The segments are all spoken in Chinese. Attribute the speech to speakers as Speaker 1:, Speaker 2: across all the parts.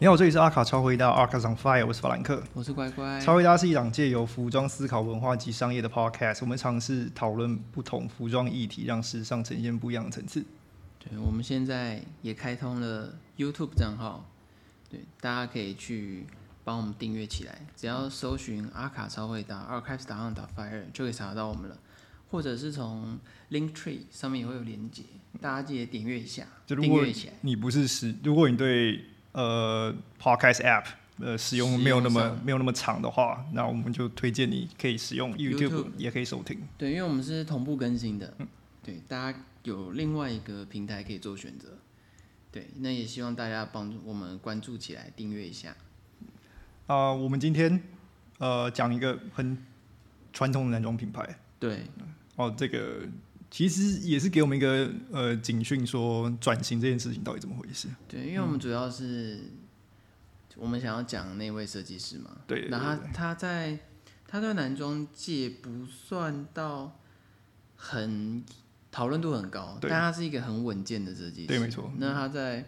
Speaker 1: 你好，这里是阿卡超回答 a r c a s on Fire，我是法兰克。
Speaker 2: 我是乖乖。
Speaker 1: 超回答是一档借由服装思考文化及商业的 podcast，我们尝试讨论不同服装议题，让时尚呈现不一样的层次。
Speaker 2: 对，我们现在也开通了 YouTube 账号，对，大家可以去帮我们订阅起来。只要搜寻阿卡超会打 archives 打上打 fire 就可以查得到我们了，或者是从 Linktree 上面也会有连接，大家记得点阅一下，
Speaker 1: 就
Speaker 2: 订
Speaker 1: 如果
Speaker 2: 阅起来。
Speaker 1: 你不是使，如果你对呃 podcast app 呃使用没有那
Speaker 2: 使
Speaker 1: 么
Speaker 2: 用
Speaker 1: 没有那么长的话，那我们就推荐你可以使用 YouTube，
Speaker 2: YouTube
Speaker 1: 也可以收听。
Speaker 2: 对，因为我们是同步更新
Speaker 1: 嗯
Speaker 2: 的，对，大家有另外一个平台可以做选择。对，那也希望大家帮助我们关注起来，订阅一下。
Speaker 1: 啊、我们今天呃讲一个很传统的男装品牌。
Speaker 2: 对，
Speaker 1: 哦，这个其实也是给我们一个呃警讯，说转型这件事情到底怎么回事？
Speaker 2: 对，因为我
Speaker 1: 嗯
Speaker 2: 们主要是、我们想要讲那位设计师嘛，
Speaker 1: 对，
Speaker 2: 那他
Speaker 1: 对
Speaker 2: 他在他对男装界不算到很讨论度很高，
Speaker 1: 对
Speaker 2: 但他是一个很稳健的设计师，
Speaker 1: 对没错
Speaker 2: 那他在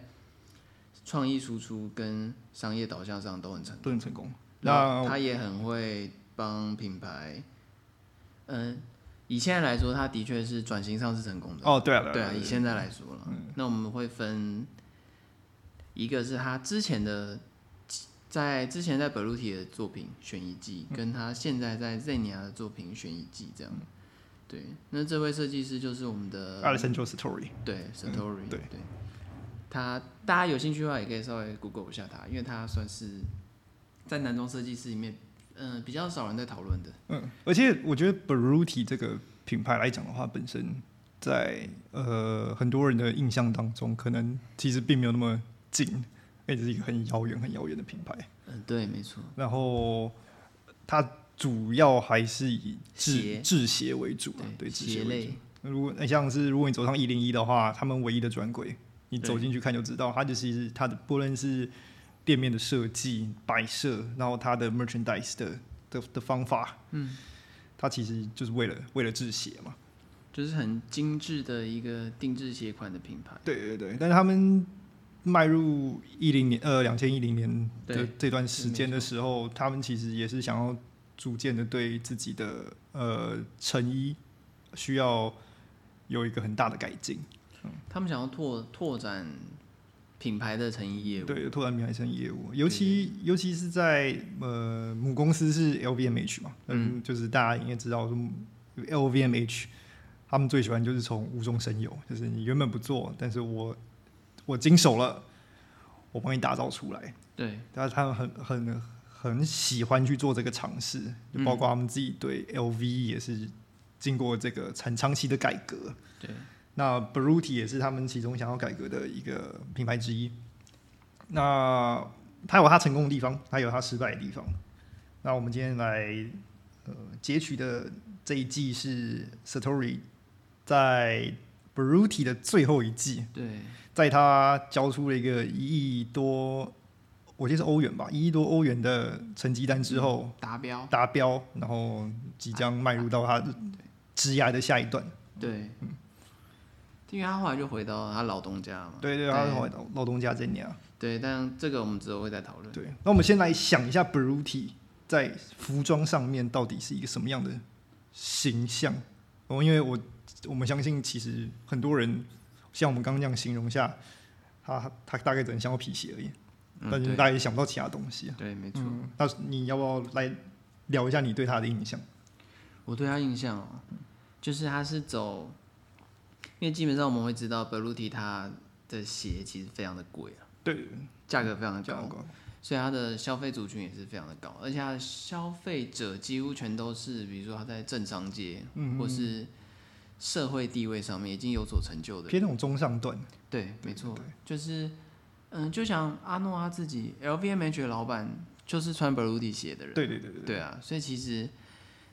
Speaker 2: 创意输出跟商业导向上都很成功，
Speaker 1: 都很成功。
Speaker 2: 然后
Speaker 1: 那
Speaker 2: 他也很会帮品牌，嗯，以现在来说，他的确是转型上是成功的，
Speaker 1: 哦，对啊，
Speaker 2: 对
Speaker 1: 啊
Speaker 2: 啊，，以现在来说了，
Speaker 1: 嗯
Speaker 2: 那我们会分一个是他之前的，在之前在 b e l u t i 的作品《选一季》，
Speaker 1: 嗯
Speaker 2: 跟他现在在 Zenia 的作品《选一季》这样。对，那这位设计师就是我们的
Speaker 1: Alessandro Story，
Speaker 2: 对 Satori，、
Speaker 1: 嗯对
Speaker 2: 他大家有兴趣的话也可以稍微 Google 一下他，因为他算是在男装设计师里面，嗯、比较少人在讨论的。
Speaker 1: 嗯，而且我觉得 Baruti 这个品牌来讲的话，本身在呃很多人的印象当中，可能其实并没有那么近，而且是一个很遥远、很遥远的品牌。
Speaker 2: 嗯、对，没错。
Speaker 1: 然后它主要还是以制
Speaker 2: 鞋
Speaker 1: 制鞋为主啊，对，制鞋为
Speaker 2: 鞋
Speaker 1: 主
Speaker 2: 类。
Speaker 1: 那如果那像是如果你走上一零一的话，他们唯一的专柜，你
Speaker 2: 对
Speaker 1: 走进去看就知道，它就其实它的不论是店面的设计、摆设，然后它的 merchandise 的的的方法，嗯，它其实就是为了为了制鞋嘛。
Speaker 2: 就是很精致的一个定制鞋款的品牌。
Speaker 1: 对对对，但是他们迈入一零年呃两千一零年的
Speaker 2: 对
Speaker 1: 这段时间的时候，他们其实也是想要逐渐的对自己的呃成衣需要有一个很大的改进，
Speaker 2: 他们想要拓拓展品牌的成衣业务。
Speaker 1: 对，拓展品牌生意业务，尤其尤其是在呃母公司是 LVMH 嘛，嗯，就是大家应该知道说 LVMH。他们最喜欢就是从无中生有，就是你原本不做，但是我我经手了，我帮你打造出来。
Speaker 2: 对
Speaker 1: 但是他们很很很喜欢去做这个尝试，就
Speaker 2: 嗯
Speaker 1: 包括他们自己对 LV 也是经过这个很长期的改革。
Speaker 2: 对
Speaker 1: 那 Baruti 也是他们其中想要改革的一个品牌之一。那它有它成功的地方，它有它失败的地方。那我们今天来呃截取的这一季是 Satori 在 Baruti 的最后一季，
Speaker 2: 对
Speaker 1: 在他交出了一个一亿多，我记得是欧元吧，一亿多欧元的成绩单之后
Speaker 2: 达标。
Speaker 1: 达标，然后即将迈入到他职涯的下一段。
Speaker 2: 对，
Speaker 1: 嗯
Speaker 2: 因为他后来就回到他老东家嘛。
Speaker 1: 对对，他是老老东家这年啊。
Speaker 2: 对，但这个我们之后会再讨论。
Speaker 1: 对，那我们先来想一下 Brutti 在服装上面到底是一个什么样的形象。哦，因为我我们相信，其实很多人像我们刚刚这样形容下，他他大概只能想到皮鞋而已，
Speaker 2: 嗯
Speaker 1: 但是
Speaker 2: 对
Speaker 1: 大家也想不到其他东西啊。
Speaker 2: 对，没错。
Speaker 1: 嗯，那你要不要来聊一下你对他的印象？
Speaker 2: 我对他印象哦，就是他是走，因为基本上我们会知道 Beluti 它的鞋其实非常的贵啊，
Speaker 1: 对，
Speaker 2: 价格非常的
Speaker 1: 这
Speaker 2: 高
Speaker 1: 样。高，
Speaker 2: 所以它的消费族群也是非常的高，而且它的消费者几乎全都是，比如说他在政商界，
Speaker 1: 嗯
Speaker 2: 或是社会地位上面已经有所成就的人。
Speaker 1: 偏那种中上段。
Speaker 2: 对，没错
Speaker 1: 对，
Speaker 2: 就是，嗯，就像阿诺他自己，LVMH 的老板就是穿 Berluti 鞋的人。
Speaker 1: 对对对对
Speaker 2: 对啊，所以其实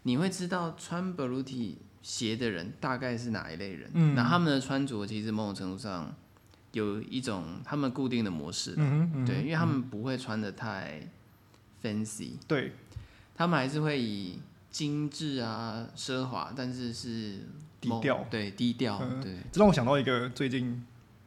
Speaker 2: 你会知道穿 Berluti 鞋的人大概是哪一类人，
Speaker 1: 嗯
Speaker 2: 那他们的穿着其实某种程度上有一种他们固定的模式，
Speaker 1: 嗯哼，嗯哼
Speaker 2: 对，因为他们不会穿的太 fancy，
Speaker 1: 对
Speaker 2: 他们还是会以精致啊、奢华，但是是
Speaker 1: 低
Speaker 2: 某
Speaker 1: 调
Speaker 2: 对低调，
Speaker 1: 嗯
Speaker 2: 对
Speaker 1: 这让我想到一个最近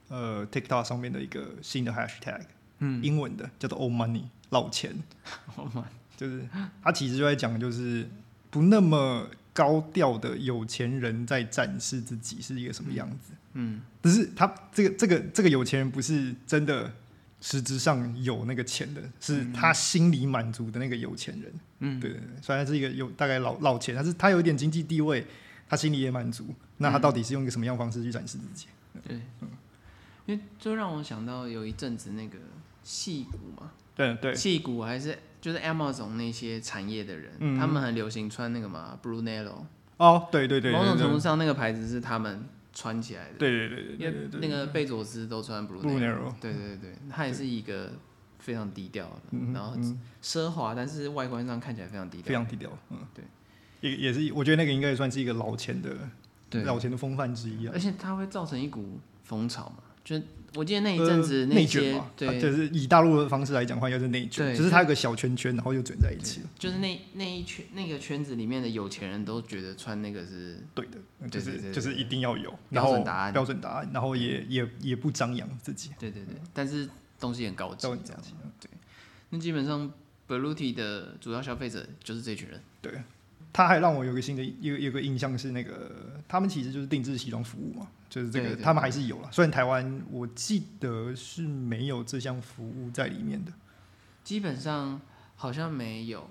Speaker 1: 呃 TikTok 上面的一个新的 hashtag，嗯，英文的叫做 old money，老钱。
Speaker 2: 我们
Speaker 1: 就是他其实就在讲，就是不那么高调的有钱人在展示自己是一个什么样子。
Speaker 2: 嗯，
Speaker 1: 但是他这个这个这个有钱人不是真的实质上有那个钱的，是他心里满足的那个有钱人。
Speaker 2: 嗯
Speaker 1: 对对对，虽然是一个有大概老老钱，但是他有一点经济地位，他心里也满足。那他到底是用一个什么样的方式去展示自己？
Speaker 2: 对，因为就让我想到有一阵子那个戏骨嘛，
Speaker 1: 对对
Speaker 2: 戏骨还是就是 Amazon 那些产业的人，
Speaker 1: 嗯
Speaker 2: 他们很流行穿那个嘛 Brunello，
Speaker 1: 哦，对对对，
Speaker 2: 某种程度
Speaker 1: 对
Speaker 2: 上那个牌子是他们穿起来的，
Speaker 1: 对对对
Speaker 2: 因为
Speaker 1: 对对
Speaker 2: 那
Speaker 1: 对
Speaker 2: 个贝佐斯都穿 Brunello，
Speaker 1: ，Brunello，
Speaker 2: 对对对，他也是一个非常低调的
Speaker 1: 嗯，
Speaker 2: 然后
Speaker 1: 嗯
Speaker 2: 奢华，但是外观上看起来非常低
Speaker 1: 非
Speaker 2: 调，
Speaker 1: 常低调，嗯，
Speaker 2: 对，
Speaker 1: 也也是，我觉得那个应该也算是一个老钱的
Speaker 2: 对，
Speaker 1: 老钱的风范之一啊
Speaker 2: 而。且它会造成一股风潮嘛，就我记得那一阵子
Speaker 1: 呃
Speaker 2: 那
Speaker 1: 内卷
Speaker 2: 些
Speaker 1: 嘛，
Speaker 2: 对
Speaker 1: 啊就是以大陆的方式来讲的话，应该是内卷，
Speaker 2: 对
Speaker 1: 就是它有个小圈圈，然后又卷在一起了，
Speaker 2: 就是那那一圈那个圈子里面的有钱人都觉得穿那个是
Speaker 1: 对的，嗯就
Speaker 2: 对对
Speaker 1: 是
Speaker 2: 对
Speaker 1: 就是一定要有，然
Speaker 2: 标
Speaker 1: 后
Speaker 2: 准答案
Speaker 1: 标准答案，然后也也也不张扬自己，
Speaker 2: 对对对，但是东西很高级，
Speaker 1: 嗯都很
Speaker 2: 这
Speaker 1: 高
Speaker 2: 样
Speaker 1: 级
Speaker 2: 对，那基本上 Beluti 的主要消费者就是这群人。
Speaker 1: 对。他还让我有个新的有有个印象是那个，他们其实就是定制西装服务嘛，就是这个
Speaker 2: 对对对
Speaker 1: 他们还是有了，虽然台湾我记得是没有这项服务在里面的，
Speaker 2: 基本上好像没有。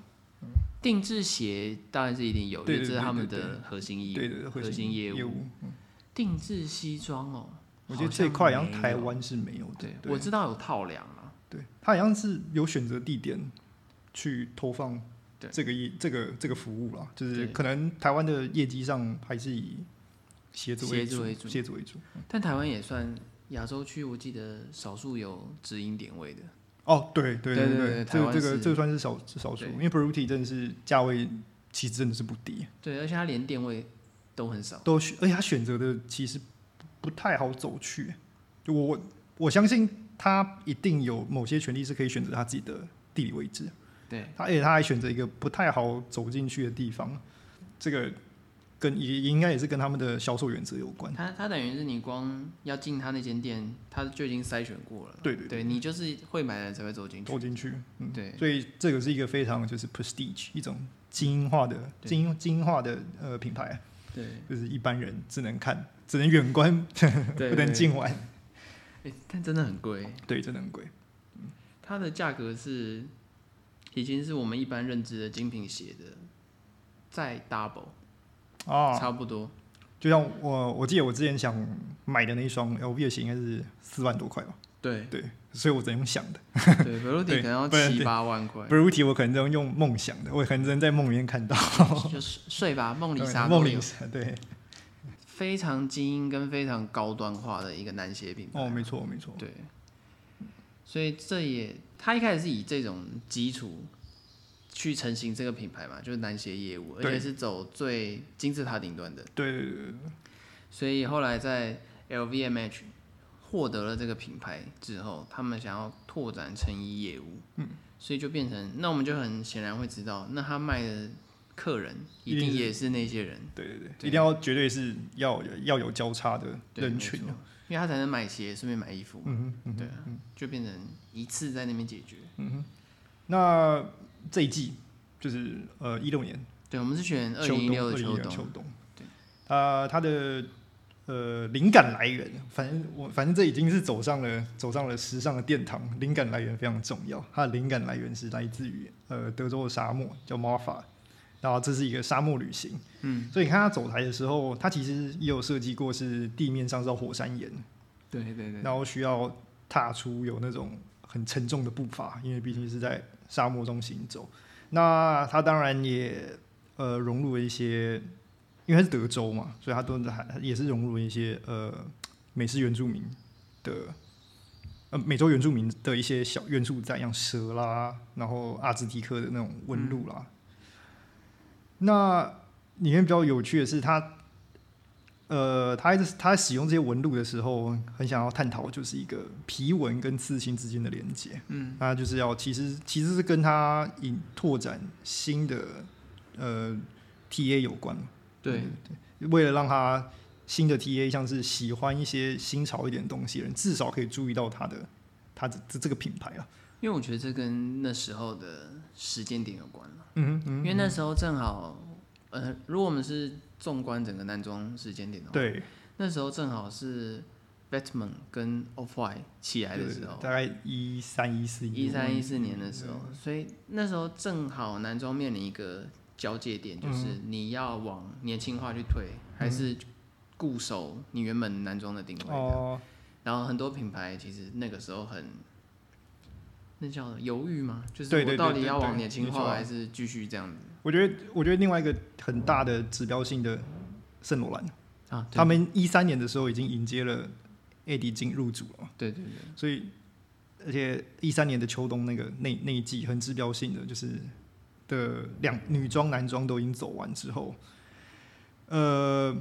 Speaker 2: 定制鞋当然是一定有，
Speaker 1: 嗯
Speaker 2: 因
Speaker 1: 对
Speaker 2: 为
Speaker 1: 对
Speaker 2: 这
Speaker 1: 对
Speaker 2: 是他们
Speaker 1: 对
Speaker 2: 的核心业务。
Speaker 1: 对对对，
Speaker 2: 核心业务
Speaker 1: 业务
Speaker 2: 定制西装哦，
Speaker 1: 我觉得
Speaker 2: 好像
Speaker 1: 这一块好像
Speaker 2: 没有
Speaker 1: 台湾是没有的。
Speaker 2: 对，
Speaker 1: 对
Speaker 2: 我知道有套量啊，
Speaker 1: 对，它好像是有选择地点去投放
Speaker 2: 对
Speaker 1: 这个业这个这个服务啦，就是
Speaker 2: 对
Speaker 1: 可能台湾的业绩上还是以鞋子为
Speaker 2: 鞋子为主
Speaker 1: 主，鞋子为主。
Speaker 2: 但台湾也算亚洲区，我记得少数有直营点位的。
Speaker 1: 哦，对对
Speaker 2: 对对
Speaker 1: 对，
Speaker 2: 对台
Speaker 1: 这个
Speaker 2: 湾
Speaker 1: 这
Speaker 2: 是
Speaker 1: 个这个算是少少数，
Speaker 2: 对
Speaker 1: 因为 Brutti 真的是价位其实真的是不低，
Speaker 2: 对，而且它连店位都很少。
Speaker 1: 都选而且他选择的其实不太好走去。就我我相信他一定有某些权利是可以选择他自己的地理位置。
Speaker 2: 对，
Speaker 1: 他而且他还选择一个不太好走进去的地方，这个跟也也应该也是跟他们的销售原则有关。
Speaker 2: 它它等于是你光要进它那间店，它就已经筛选过了。
Speaker 1: 对对
Speaker 2: 对，你就是会买的人才会走进去。
Speaker 1: 走进去，嗯，
Speaker 2: 对
Speaker 1: 所以这个是一个非常就是 prestige 一种精英化的
Speaker 2: 对
Speaker 1: 精英精英化的呃品牌，
Speaker 2: 对
Speaker 1: 就是一般人只能看，只能远观，
Speaker 2: 对，
Speaker 1: 不能
Speaker 2: 对。
Speaker 1: 近玩。
Speaker 2: 诶但真的很贵，
Speaker 1: 对，真的很贵。
Speaker 2: 它的价格是已经是我们一般认知的精品鞋的再 double，、
Speaker 1: 哦，
Speaker 2: 差不多。
Speaker 1: 就像我我记得我之前想买的那一双 LV 的鞋应该是四万多块吧，
Speaker 2: 对
Speaker 1: 对，所以我只能用想的。
Speaker 2: 对 b e l u t i
Speaker 1: 对
Speaker 2: 可能要
Speaker 1: 不然
Speaker 2: 七
Speaker 1: 对
Speaker 2: 八万块，
Speaker 1: Brutti 我可能只能用梦想的，我可能只能在梦里面看到。
Speaker 2: 就睡吧，梦里杀
Speaker 1: 梦
Speaker 2: 都有
Speaker 1: 里杀对，
Speaker 2: 非常精英跟非常高端化的一个男鞋品牌。
Speaker 1: 哦，没错，没错，
Speaker 2: 对，所以这也他一开始是以这种基础去成型这个品牌嘛，就是男鞋业务，而
Speaker 1: 对
Speaker 2: 且是走最金字塔顶端的，
Speaker 1: 对对对对
Speaker 2: 所以后来在 LVMH 获得了这个品牌之后，他们想要拓展成衣业务，嗯，所以就变成那我们就很显然会知道，那他卖的客人一
Speaker 1: 一定
Speaker 2: 定
Speaker 1: 是
Speaker 2: 也是那些人，
Speaker 1: 对对对，
Speaker 2: 对
Speaker 1: 一定要绝对是要有要有交叉的
Speaker 2: 对
Speaker 1: 人
Speaker 2: 没
Speaker 1: 群
Speaker 2: 错
Speaker 1: 啊，
Speaker 2: 因为他才能买鞋，顺便买衣服，
Speaker 1: 嗯哼嗯
Speaker 2: 对
Speaker 1: 哼。
Speaker 2: 啊，就变成一次在那边解决。
Speaker 1: 那这一季就是呃一六年
Speaker 2: 对，我们是选二
Speaker 1: 秋
Speaker 2: 零一
Speaker 1: 冬，
Speaker 2: 六
Speaker 1: 二
Speaker 2: 的
Speaker 1: 零一
Speaker 2: 秋
Speaker 1: 六秋
Speaker 2: 冬。
Speaker 1: 冬，
Speaker 2: 对，
Speaker 1: 啊，它的呃灵感来源，反正我反正这已经是走上了走上了时尚的殿堂，灵感来源非常重要。它的灵感来源是来自于呃德州的沙漠，叫 Marfa。然后这是一个沙漠旅行，
Speaker 2: 嗯，
Speaker 1: 所以你看它走台的时候，它其实也有设计过是地面上是要火山岩，
Speaker 2: 对对对，
Speaker 1: 然后需要踏出有那种很沉重的步伐，因为毕竟是在沙漠中行走。那他当然也呃融入了一些，因为他是德州嘛，所以他都还也是融入了一些呃美式原住民的呃美洲原住民的一些小元素在，像蛇啦，然后阿兹提克的那种纹路啦。那里面比较有趣的是，他呃，他在他在使用这些纹路的时候，很想要探讨就是一个皮纹跟刺青之间的连接。嗯，那就是要其实其实是跟他引拓展新的呃 TA 有关嘛。
Speaker 2: 对
Speaker 1: 嗯为了让他新的 TA 像是喜欢一些新潮一点的东西的人，至少可以注意到他的它这这这个品牌啊。
Speaker 2: 因为我觉得这跟那时候的时间点有关了，
Speaker 1: 嗯哼
Speaker 2: 因为那时候正好，呃，如果我们是纵观整个男装时间点的话，
Speaker 1: 对，
Speaker 2: 那时候正好是 Batman 跟 Off White 起来的时候，
Speaker 1: 大概一三一四
Speaker 2: 一三一四年的时候，所以那时候正好男装面临一个交界点，
Speaker 1: 嗯
Speaker 2: 就是你要往年轻化去推，还是固守你原本男装的定位。
Speaker 1: 哦，
Speaker 2: 然后很多品牌其实那个时候很，那叫犹豫吗？就是
Speaker 1: 对对
Speaker 2: 我到
Speaker 1: 对
Speaker 2: 底
Speaker 1: 对
Speaker 2: 要
Speaker 1: 对
Speaker 2: 往年轻
Speaker 1: 没错
Speaker 2: 化，还是继续这样子
Speaker 1: 我觉得我觉得另外一个很大的指标性的圣罗兰，
Speaker 2: 啊？对
Speaker 1: 他们一三年的时候已经迎接了 AD 进入主了嘛，
Speaker 2: 对对对，
Speaker 1: 所以而且一三年的秋冬那个那那一季很指标性的，就是的两女装男装都已经走完之后，呃，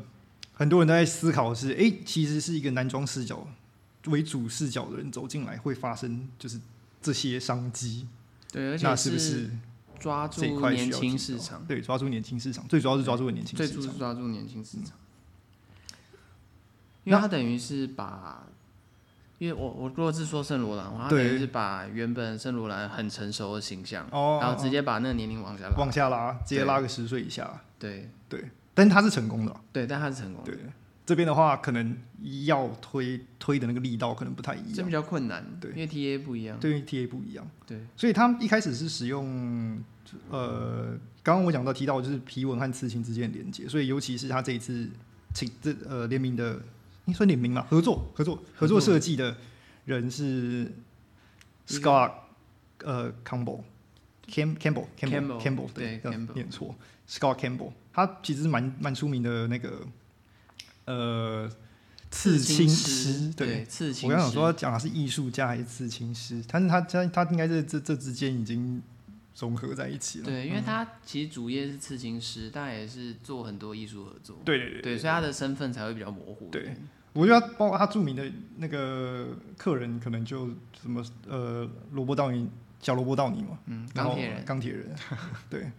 Speaker 1: 很多人都在思考是，诶，其实是一个男装视角为主视角的人走进来会发生就是这些商机，
Speaker 2: 对，而
Speaker 1: 那
Speaker 2: 且
Speaker 1: 是不是
Speaker 2: 抓住
Speaker 1: 这一块需
Speaker 2: 年
Speaker 1: 要
Speaker 2: 轻
Speaker 1: 提
Speaker 2: 市
Speaker 1: 高
Speaker 2: 场，
Speaker 1: 对，抓住年轻市场，最主要是抓住年轻
Speaker 2: 最
Speaker 1: 市
Speaker 2: 初是
Speaker 1: 场。嗯
Speaker 2: 抓住年轻市场，
Speaker 1: 那
Speaker 2: 因为它等于是把，因为我我如果是说圣罗兰的话，它等
Speaker 1: 对
Speaker 2: 于是把原本圣罗兰很成熟的形象，
Speaker 1: 哦
Speaker 2: 然后直接把那个年龄往下拉，
Speaker 1: 往下拉，直接拉个十岁以下，
Speaker 2: 对
Speaker 1: 对，但是他是成功的啊、
Speaker 2: 对，但它是成功的
Speaker 1: 对，，这边的话可能要推推的那个力道可能不太一
Speaker 2: 这
Speaker 1: 样
Speaker 2: 比，较困难，
Speaker 1: 对
Speaker 2: 因为 TA 不一样，
Speaker 1: 对于 TA 不一样，
Speaker 2: 对，
Speaker 1: 所以他们一开始是使用呃，刚刚我讲到提到就是皮纹和刺青之间的连接，所以尤其是他这一次请这呃联名的，你说联名嘛，合作合作合作设计的人是
Speaker 2: 一个
Speaker 1: Scott 呃 Campbell。Cam Campbell
Speaker 2: Campbell，
Speaker 1: Campbell Campbell
Speaker 2: 对
Speaker 1: 呃
Speaker 2: Campbell
Speaker 1: 念错，Scott Campbell，他其实是蛮蛮出名的那个呃刺青师，对，
Speaker 2: 对，刺青
Speaker 1: 我刚想
Speaker 2: 师
Speaker 1: 说，讲的是艺术家还是刺青师，但是他他他应该是这这之间已经融合在一起了。
Speaker 2: 对，因为他其实主业是刺青师，但也是做很多艺术合作，
Speaker 1: 对对对
Speaker 2: 对，所以他的身份才会比较模糊，
Speaker 1: 对，我觉得他包括他著名的那个客人，可能就什么呃罗伯道尼，小罗伯道尼嘛，
Speaker 2: 嗯，
Speaker 1: 然
Speaker 2: 钢
Speaker 1: 后
Speaker 2: 铁人，
Speaker 1: 钢铁人，对，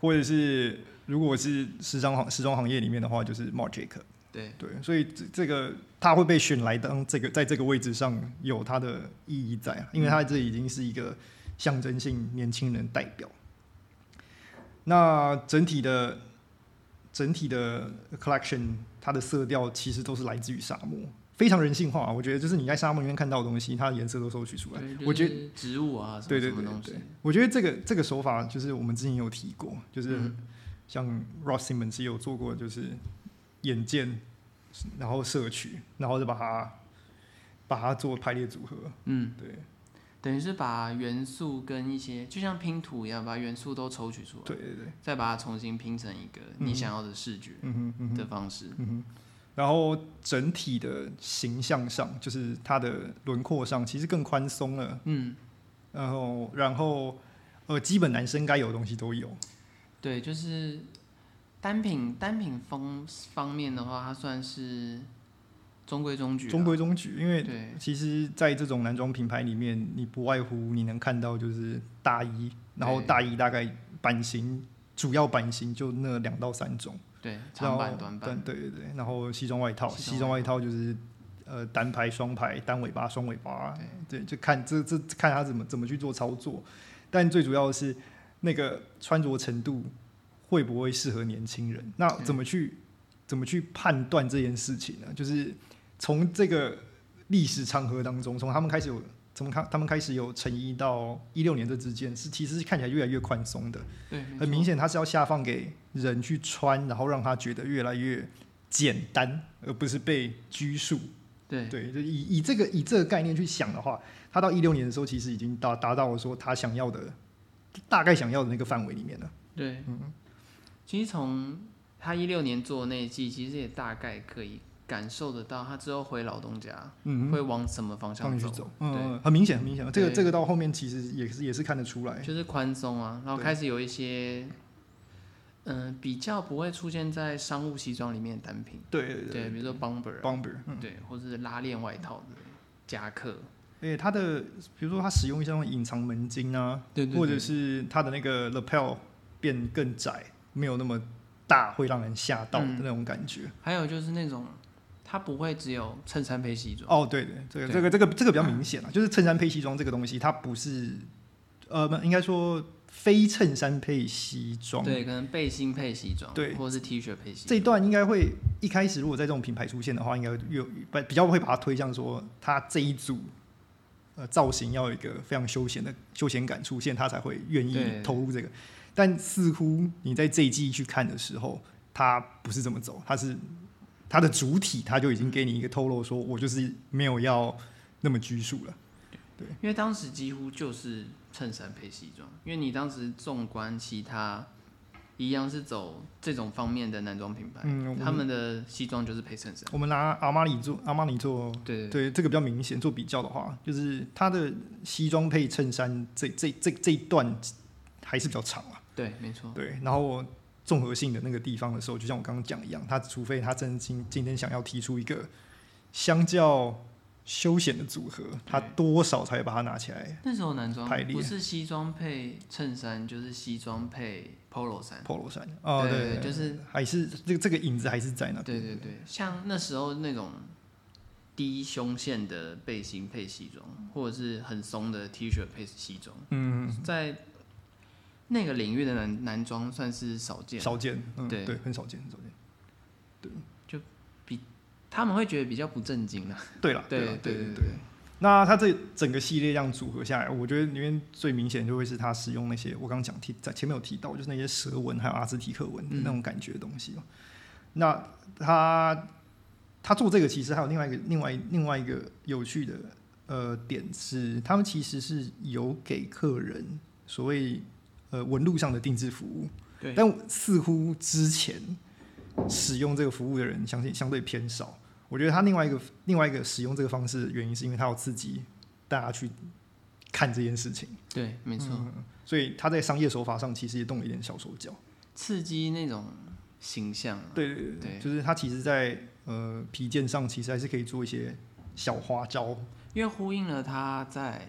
Speaker 1: 或者是如果是时装行时装行业里面的话，就是 Marc Jacob，
Speaker 2: 对
Speaker 1: 对，所以这这个他会被选来当这个在这个位置上有他的意义在啊，因为他这已经是一个象征性年轻人代表。那整体的整体的 collection，它的色调其实都是来自于沙漠，非常人性化啊、我觉得就是你在沙漠里面看到的东西，它的颜色都收取出来。
Speaker 2: 对，
Speaker 1: 我觉得
Speaker 2: 得植物啊，什么
Speaker 1: 对
Speaker 2: 什
Speaker 1: 对
Speaker 2: 么
Speaker 1: 对
Speaker 2: 东西
Speaker 1: 对，，我觉得这个这个手法就是我们之前有提过，就是
Speaker 2: 嗯
Speaker 1: 像 Ross Simmons 也有做过，就是眼见，然后摄取，然后就把它把它做排列组合。
Speaker 2: 嗯，
Speaker 1: 对
Speaker 2: 等于是把元素跟一些就像拼图一样，把元素都抽取出来，
Speaker 1: 对对对，
Speaker 2: 再把它重新拼成一个你
Speaker 1: 嗯
Speaker 2: 想要的视觉
Speaker 1: 嗯哼嗯哼
Speaker 2: 的方式。
Speaker 1: 嗯哼。然后整体的形象上，就是它的轮廓上，其实更宽松了。
Speaker 2: 嗯，
Speaker 1: 然后然后呃，基本男生该有的东西都有。
Speaker 2: 对，就是单品单品方方面的话，它算是中规中矩啦，
Speaker 1: 中规中矩，因为
Speaker 2: 对
Speaker 1: 其实，在这种男装品牌里面，你不外乎你能看到就是大衣，然后
Speaker 2: 对
Speaker 1: 大衣大概版型主要版型就那两到三种，
Speaker 2: 对，长
Speaker 1: 然
Speaker 2: 板
Speaker 1: 后
Speaker 2: 短板，
Speaker 1: 对对对，然后西装外套，
Speaker 2: 西装
Speaker 1: 西装外套就是呃单排、双排、单尾巴、双尾巴，对，就看这这看他怎么怎么去做操作，但最主要的是那个穿着程度会不会适合年轻人？那
Speaker 2: 对
Speaker 1: 怎么去怎么去判断这件事情呢？就是从这个历史长河当中，从他们开始有。从他他们开始有成衣到一六年这之间，是其实是看起来越来越宽松的，
Speaker 2: 对，没
Speaker 1: 很
Speaker 2: 错
Speaker 1: 明显，它是要下放给人去穿，然后让他觉得越来越简单，而不是被拘束。
Speaker 2: 对
Speaker 1: 对，就以以这个以这个概念去想的话，他到一六年的时候，其实已经达达到了说他想要的大概想要的那个范围里面了。
Speaker 2: 对，
Speaker 1: 嗯
Speaker 2: 其实从他一六年做那一季，其实也大概可以感受得到，他之后回老东家
Speaker 1: 嗯，
Speaker 2: 会往什么方
Speaker 1: 上
Speaker 2: 向
Speaker 1: 去
Speaker 2: 走，
Speaker 1: 走，
Speaker 2: 对，
Speaker 1: 嗯，很明显，很明显。这个
Speaker 2: 对
Speaker 1: 这个到后面其实也是也是看得出来。
Speaker 2: 就是宽松啊，然后
Speaker 1: 对
Speaker 2: 开始有一些，嗯、比较不会出现在商务西装里面的单品，
Speaker 1: 对对
Speaker 2: 对，比如说 bomber，、啊、
Speaker 1: ，bomber，嗯，
Speaker 2: 对，或者是拉链外套的夹克，
Speaker 1: 而且它的比如说它使用一些那种隐藏门襟啊，
Speaker 2: 对对对
Speaker 1: 或者是它的那个 lapel 变更
Speaker 2: 嗯
Speaker 1: 窄，没有那么大，会让人吓到的那种感觉。
Speaker 2: 还有就是那种它不会只有衬衫配西装。
Speaker 1: 哦，对对，这个
Speaker 2: 对
Speaker 1: 这
Speaker 2: 嗯
Speaker 1: 个这个这个比较明显了，就是衬衫配西装这个东西，它不是呃，不应该说非衬衫配西装。
Speaker 2: 对，可能背心配西装，
Speaker 1: 对
Speaker 2: 或者是 T 恤配西
Speaker 1: 这一
Speaker 2: 装。
Speaker 1: 段应该会一开始如果在这种品牌出现的话，应该会越比比较会把它推向说，它这一组呃造型要有一个非常休闲的休闲感出现，它才会愿意
Speaker 2: 对
Speaker 1: 投入这个。但似乎你在这一季去看的时候，它不是这么走，它是它的主体，它就已经给你一个透露，说我就是没有要那么拘束了。
Speaker 2: 因为当时几乎就是衬衫配西装，因为你当时纵观其他一样是走这种方面的男装品牌，
Speaker 1: 嗯，我
Speaker 2: 他们的西装就是配衬衫。
Speaker 1: 我们拿阿玛尼做阿玛尼做
Speaker 2: 对，
Speaker 1: 对，这个比较明显。做比较的话，就是它的西装配衬衫这这这这一段还是比较长啊。
Speaker 2: 对，没错。
Speaker 1: 对，然后我综合性的那个地方的时候，就像我刚刚讲一样，他除非他真的今今天想要提出一个相较休闲的组合，他多少才会把它拿起来
Speaker 2: 那时候男装
Speaker 1: 排列
Speaker 2: 不是西装配衬衫，就是西装配 polo 衫。
Speaker 1: polo 衫。哦，
Speaker 2: 对
Speaker 1: 对，
Speaker 2: 就是
Speaker 1: 还是这个这个影子还是在那
Speaker 2: 对
Speaker 1: 边。
Speaker 2: 对对，像那时候那种低胸线的背心配西装，或者是很松的 T 恤配西装，
Speaker 1: 嗯，
Speaker 2: 在那个领域的男男装算是少见，
Speaker 1: 少见，嗯，
Speaker 2: 对
Speaker 1: 对，很少见，很少见。
Speaker 2: 他们会觉得比较不正经啊。
Speaker 1: 对了，
Speaker 2: 对
Speaker 1: 了，对
Speaker 2: 对
Speaker 1: 对。那它这整个系列这样组合下来，我觉得里面最明显就会是它使用那些我刚刚讲提在前面有提到，就是那些蛇纹还有阿兹提克纹
Speaker 2: 嗯
Speaker 1: 那种感觉的东西嘛。那它它做这个其实还有另外一个另外另外一个有趣的呃点是，他们其实是有给客人所谓呃纹路上的定制服务，
Speaker 2: 对，
Speaker 1: 但似乎之前使用这个服务的人相信相对偏少。我觉得他另外一个另外一个使用这个方式的原因，是因为他要刺激大家去看这件事情，
Speaker 2: 对，没错，
Speaker 1: 所以他在商业手法上其实也动了一点小手脚。
Speaker 2: 刺激那种形象、啊。
Speaker 1: 对对对
Speaker 2: 嗯对
Speaker 1: 就是他其实在呃皮件上其实还是可以做一些小花招。
Speaker 2: 因为呼应了他在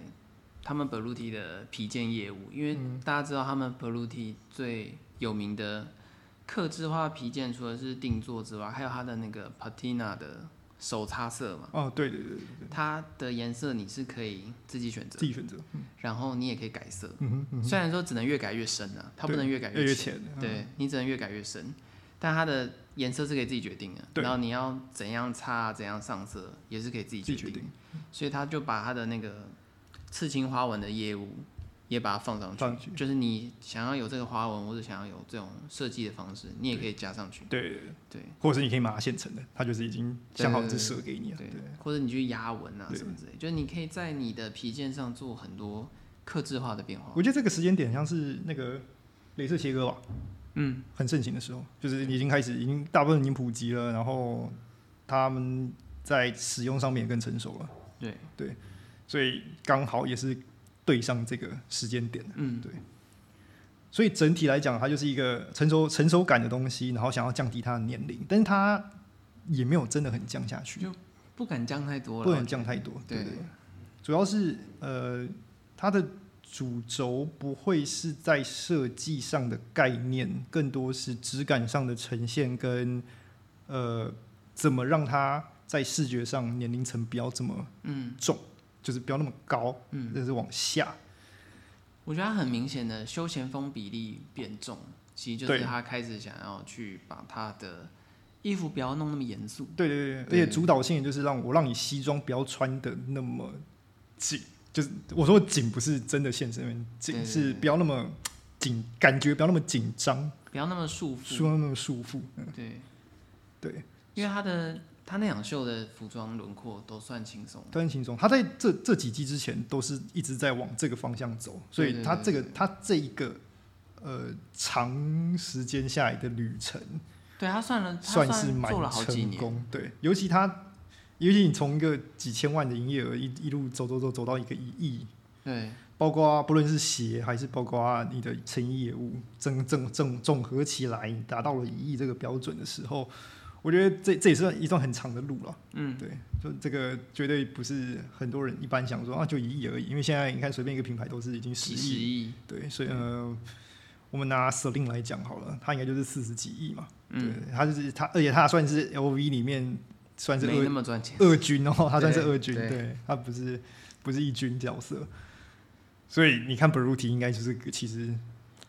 Speaker 2: 他们 Beluti 的皮件业务，因为
Speaker 1: 嗯
Speaker 2: 大家知道他们 Beluti 最有名的刻制化皮件，除了是定做之外，还有它的那个 Patina 的手擦色嘛，
Speaker 1: 哦，对对对对，
Speaker 2: 它的颜色你是可以自己选择
Speaker 1: 自，己选择。
Speaker 2: 然后你也可以改色，
Speaker 1: 嗯哼嗯哼，
Speaker 2: 虽然说只能越改越深啊，它不
Speaker 1: 对
Speaker 2: 能越改
Speaker 1: 越
Speaker 2: 浅，啊
Speaker 1: 浅。嗯，
Speaker 2: 对你只能越改越深，但它的颜色是可以自己决定的，
Speaker 1: 对
Speaker 2: 然后你要怎样擦、怎样上色也是可以自己
Speaker 1: 自己
Speaker 2: 决
Speaker 1: 决
Speaker 2: 定。
Speaker 1: 定。
Speaker 2: 所以他就把他的那个刺青花纹的业务也把它放上去，
Speaker 1: 放上去
Speaker 2: 就是你想要有这个花纹或者想要有这种设计的方式，你也可以加上去，
Speaker 1: 对，对对
Speaker 2: 对
Speaker 1: 或者是你可以买它现成的，它就是已经想好一只
Speaker 2: 对对对
Speaker 1: 蛇给你
Speaker 2: 对
Speaker 1: 了。对，
Speaker 2: 或者你去压纹啊
Speaker 1: 对
Speaker 2: 什么之类，就是你可以在你的皮件上做很多克制化的变化。
Speaker 1: 我觉得这个时间点像是那个镭射切割吧，
Speaker 2: 嗯，
Speaker 1: 很盛行的时候，就是已经开始，已经大部分已经普及了，然后他们在使用上面也更成熟了，
Speaker 2: 对，
Speaker 1: 所以刚好也是对上这个时间点。
Speaker 2: 嗯，
Speaker 1: 所以整体来讲，它就是一个成熟成熟感的东西，然后想要降低它的年龄，但是它也没有真的很降下去，
Speaker 2: 不敢降太多了，
Speaker 1: 不能降太多，
Speaker 2: 对
Speaker 1: 对不对？主要是呃，它的主轴不会是在设计上的概念，更多是质感上的呈现跟呃，怎么让它在视觉上年龄层不要这么
Speaker 2: 嗯
Speaker 1: 重，就是不要那么高，
Speaker 2: 嗯，
Speaker 1: 但是往下。
Speaker 2: 我觉得他很明显的休闲风比例变重，其实就是
Speaker 1: 对
Speaker 2: 他开始想要去把他的衣服不要弄那么严肃，
Speaker 1: 对对对，而且主导性就是让我让你西装不要穿的那么紧，就是我说紧不是真的现实面
Speaker 2: 对
Speaker 1: 紧，
Speaker 2: 对
Speaker 1: 是不要那么紧，感觉不要那么紧张，
Speaker 2: 不要那么束缚，
Speaker 1: 不要那么束缚。嗯
Speaker 2: 对
Speaker 1: 对，
Speaker 2: 因为他的他那场秀的服装轮廓都算轻松，
Speaker 1: 都很轻松。他在这这几季之前都是一直在往这个方向走，所
Speaker 2: 对对
Speaker 1: 以他
Speaker 2: 对
Speaker 1: 这个
Speaker 2: 对
Speaker 1: 他这一个呃长时间下来的旅程，
Speaker 2: 对他算了，他
Speaker 1: 算是蛮
Speaker 2: 做了好几
Speaker 1: 成
Speaker 2: 年，
Speaker 1: 功。对，尤其他，尤其你从一个几千万的营业额一一路走走走走到一个一亿，
Speaker 2: 对
Speaker 1: 包括不论是鞋还是包括你的成衣业务，整整整总合起来达到了一亿这个标准的时候，我觉得这这也是一段很长的路了。
Speaker 2: 嗯，
Speaker 1: 对，就这个绝对不是很多人一般想说啊，就一亿而已，因为现在你看随便一个品牌都是已经十亿
Speaker 2: 几十，亿，
Speaker 1: 对，所以呃，我们拿 Celine 来讲好了，它应该就是四十几亿嘛，
Speaker 2: 嗯，
Speaker 1: 对，它就是它，而且它算是 LV 里面算是
Speaker 2: 没那
Speaker 1: 二
Speaker 2: 么赚钱。
Speaker 1: 二军哦，他算是二军，
Speaker 2: 对对
Speaker 1: 对他不是不是一军角色，所以你看 Beruti 应该就是其实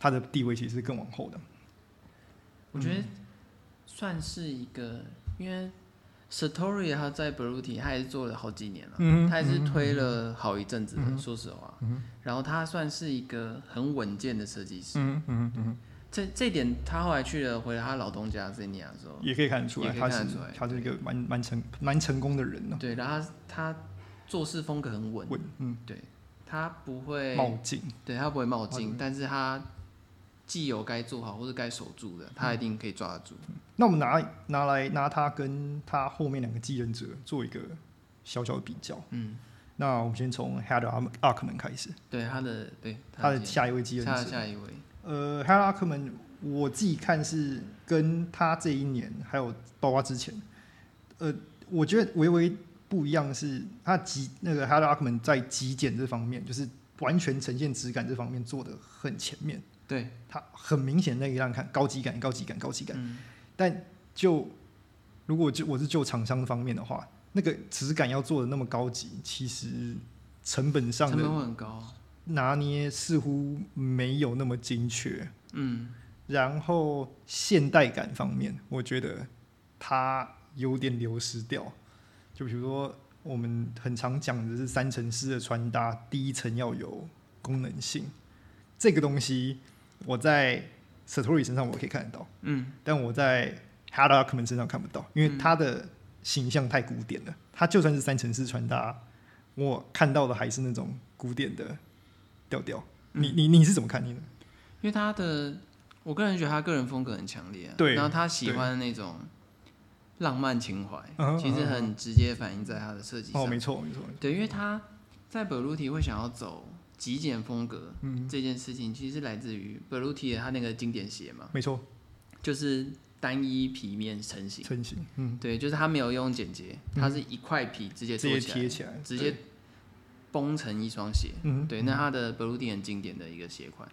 Speaker 1: 他的地位其实是更往后的，
Speaker 2: 我觉得算是一个，因为 Satori 他在 Beruti 他也是做了好几年了，
Speaker 1: 嗯
Speaker 2: 他也是推了好一阵子的，
Speaker 1: 嗯
Speaker 2: 说实话。然后他算是一个很稳健的设计师，
Speaker 1: 嗯嗯嗯，
Speaker 2: 这这一点他后来去了回了他老东家 Zenia 的时候，
Speaker 1: 也可以看得出来，
Speaker 2: 也可以
Speaker 1: 他
Speaker 2: 看
Speaker 1: 是
Speaker 2: 得出来
Speaker 1: 他是一个蛮蛮成蛮成功的人呢、哦
Speaker 2: 对，然后他他做事风格很稳，
Speaker 1: 稳嗯
Speaker 2: 对他不会
Speaker 1: 冒进，
Speaker 2: 对他不会冒
Speaker 1: 冒
Speaker 2: 进，但是他既有该做好或是该守住的，他一
Speaker 1: 嗯
Speaker 2: 定可以抓得住。
Speaker 1: 那我们拿拿来拿他跟他后面两个继任者做一个小小的比较。
Speaker 2: 嗯，
Speaker 1: 那我们先从 Had 阿克门开始，
Speaker 2: 对他的对
Speaker 1: 他的
Speaker 2: 的
Speaker 1: 下一位继任
Speaker 2: 他的
Speaker 1: 者。
Speaker 2: 下一位，
Speaker 1: 呃 h a r 阿克门，我自己看是跟他这一年，还有包括之前，呃，我觉得微微不一样是，他极那个 h a r 阿克门在极简这方面，就是完全呈现质感这方面做的很前面，
Speaker 2: 对，
Speaker 1: 他很明显那个让看高级感、高级感、高级感。
Speaker 2: 嗯，
Speaker 1: 但就如果就我是就厂商方面的话，那个质感要做的那么高级，其实成本上
Speaker 2: 成本
Speaker 1: 的
Speaker 2: 会很高，
Speaker 1: 拿捏似乎没有那么精确。
Speaker 2: 嗯，
Speaker 1: 然后现代感方面，我觉得它有点流失掉。就比如说，我们很常讲的是三层式的穿搭，第一层要有功能性，这个东西我在 Satori 身上我可以看得到，
Speaker 2: 嗯，
Speaker 1: 但我在 h a d a k m a n 身上看不到，因为他的形象太古典了。他就算是三层式穿搭，我看到的还是那种古典的调调。你你你是怎么看你呢？
Speaker 2: 因为他的，我个人觉得他个人风格很强烈啊、
Speaker 1: 对
Speaker 2: 然后他喜欢那种浪漫情怀
Speaker 1: 嗯，
Speaker 2: 其实很直接反映在他的设计上
Speaker 1: 哦，，没错没错，
Speaker 2: 对，因为他在 Beruti 会想要走极简风格，
Speaker 1: 嗯
Speaker 2: 这件事情其实来自于 Beruti 的他那个经典鞋嘛，
Speaker 1: 没错。
Speaker 2: 就是单一皮面成型，
Speaker 1: 成型，嗯，
Speaker 2: 对，就是他没有用剪接，它是一块皮直接
Speaker 1: 直接
Speaker 2: 做起来，
Speaker 1: 贴起来，
Speaker 2: 直接绷成一双鞋。
Speaker 1: 嗯
Speaker 2: 对，那它的 Berudi 很经典的一个鞋款，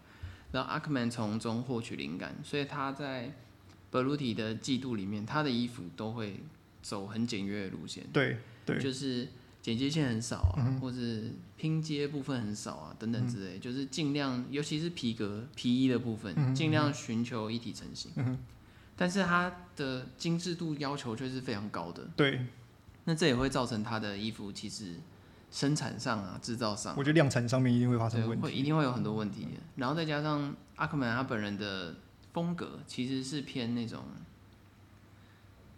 Speaker 2: 然后 Ackman 从中获取灵感，所以他在 Berudi 的季度里面，他的衣服都会走很简约的路线，
Speaker 1: 对对嗯对，
Speaker 2: 就是剪接线很少啊，或是拼接部分很少啊，等
Speaker 1: 嗯
Speaker 2: 等之类，就是尽量，尤其是皮革、皮衣的部
Speaker 1: 嗯
Speaker 2: 分，尽量寻求一体成型。但是它的精致度要求却是非常高的，
Speaker 1: 对，
Speaker 2: 那这也会造成它的衣服其实生产上啊、制造上
Speaker 1: 我，觉得量产上面一定会发
Speaker 2: 对，
Speaker 1: 生问
Speaker 2: 会一
Speaker 1: 题，
Speaker 2: 定会有很多问题的。然后再加上阿克曼他本人的风格其实是偏那种，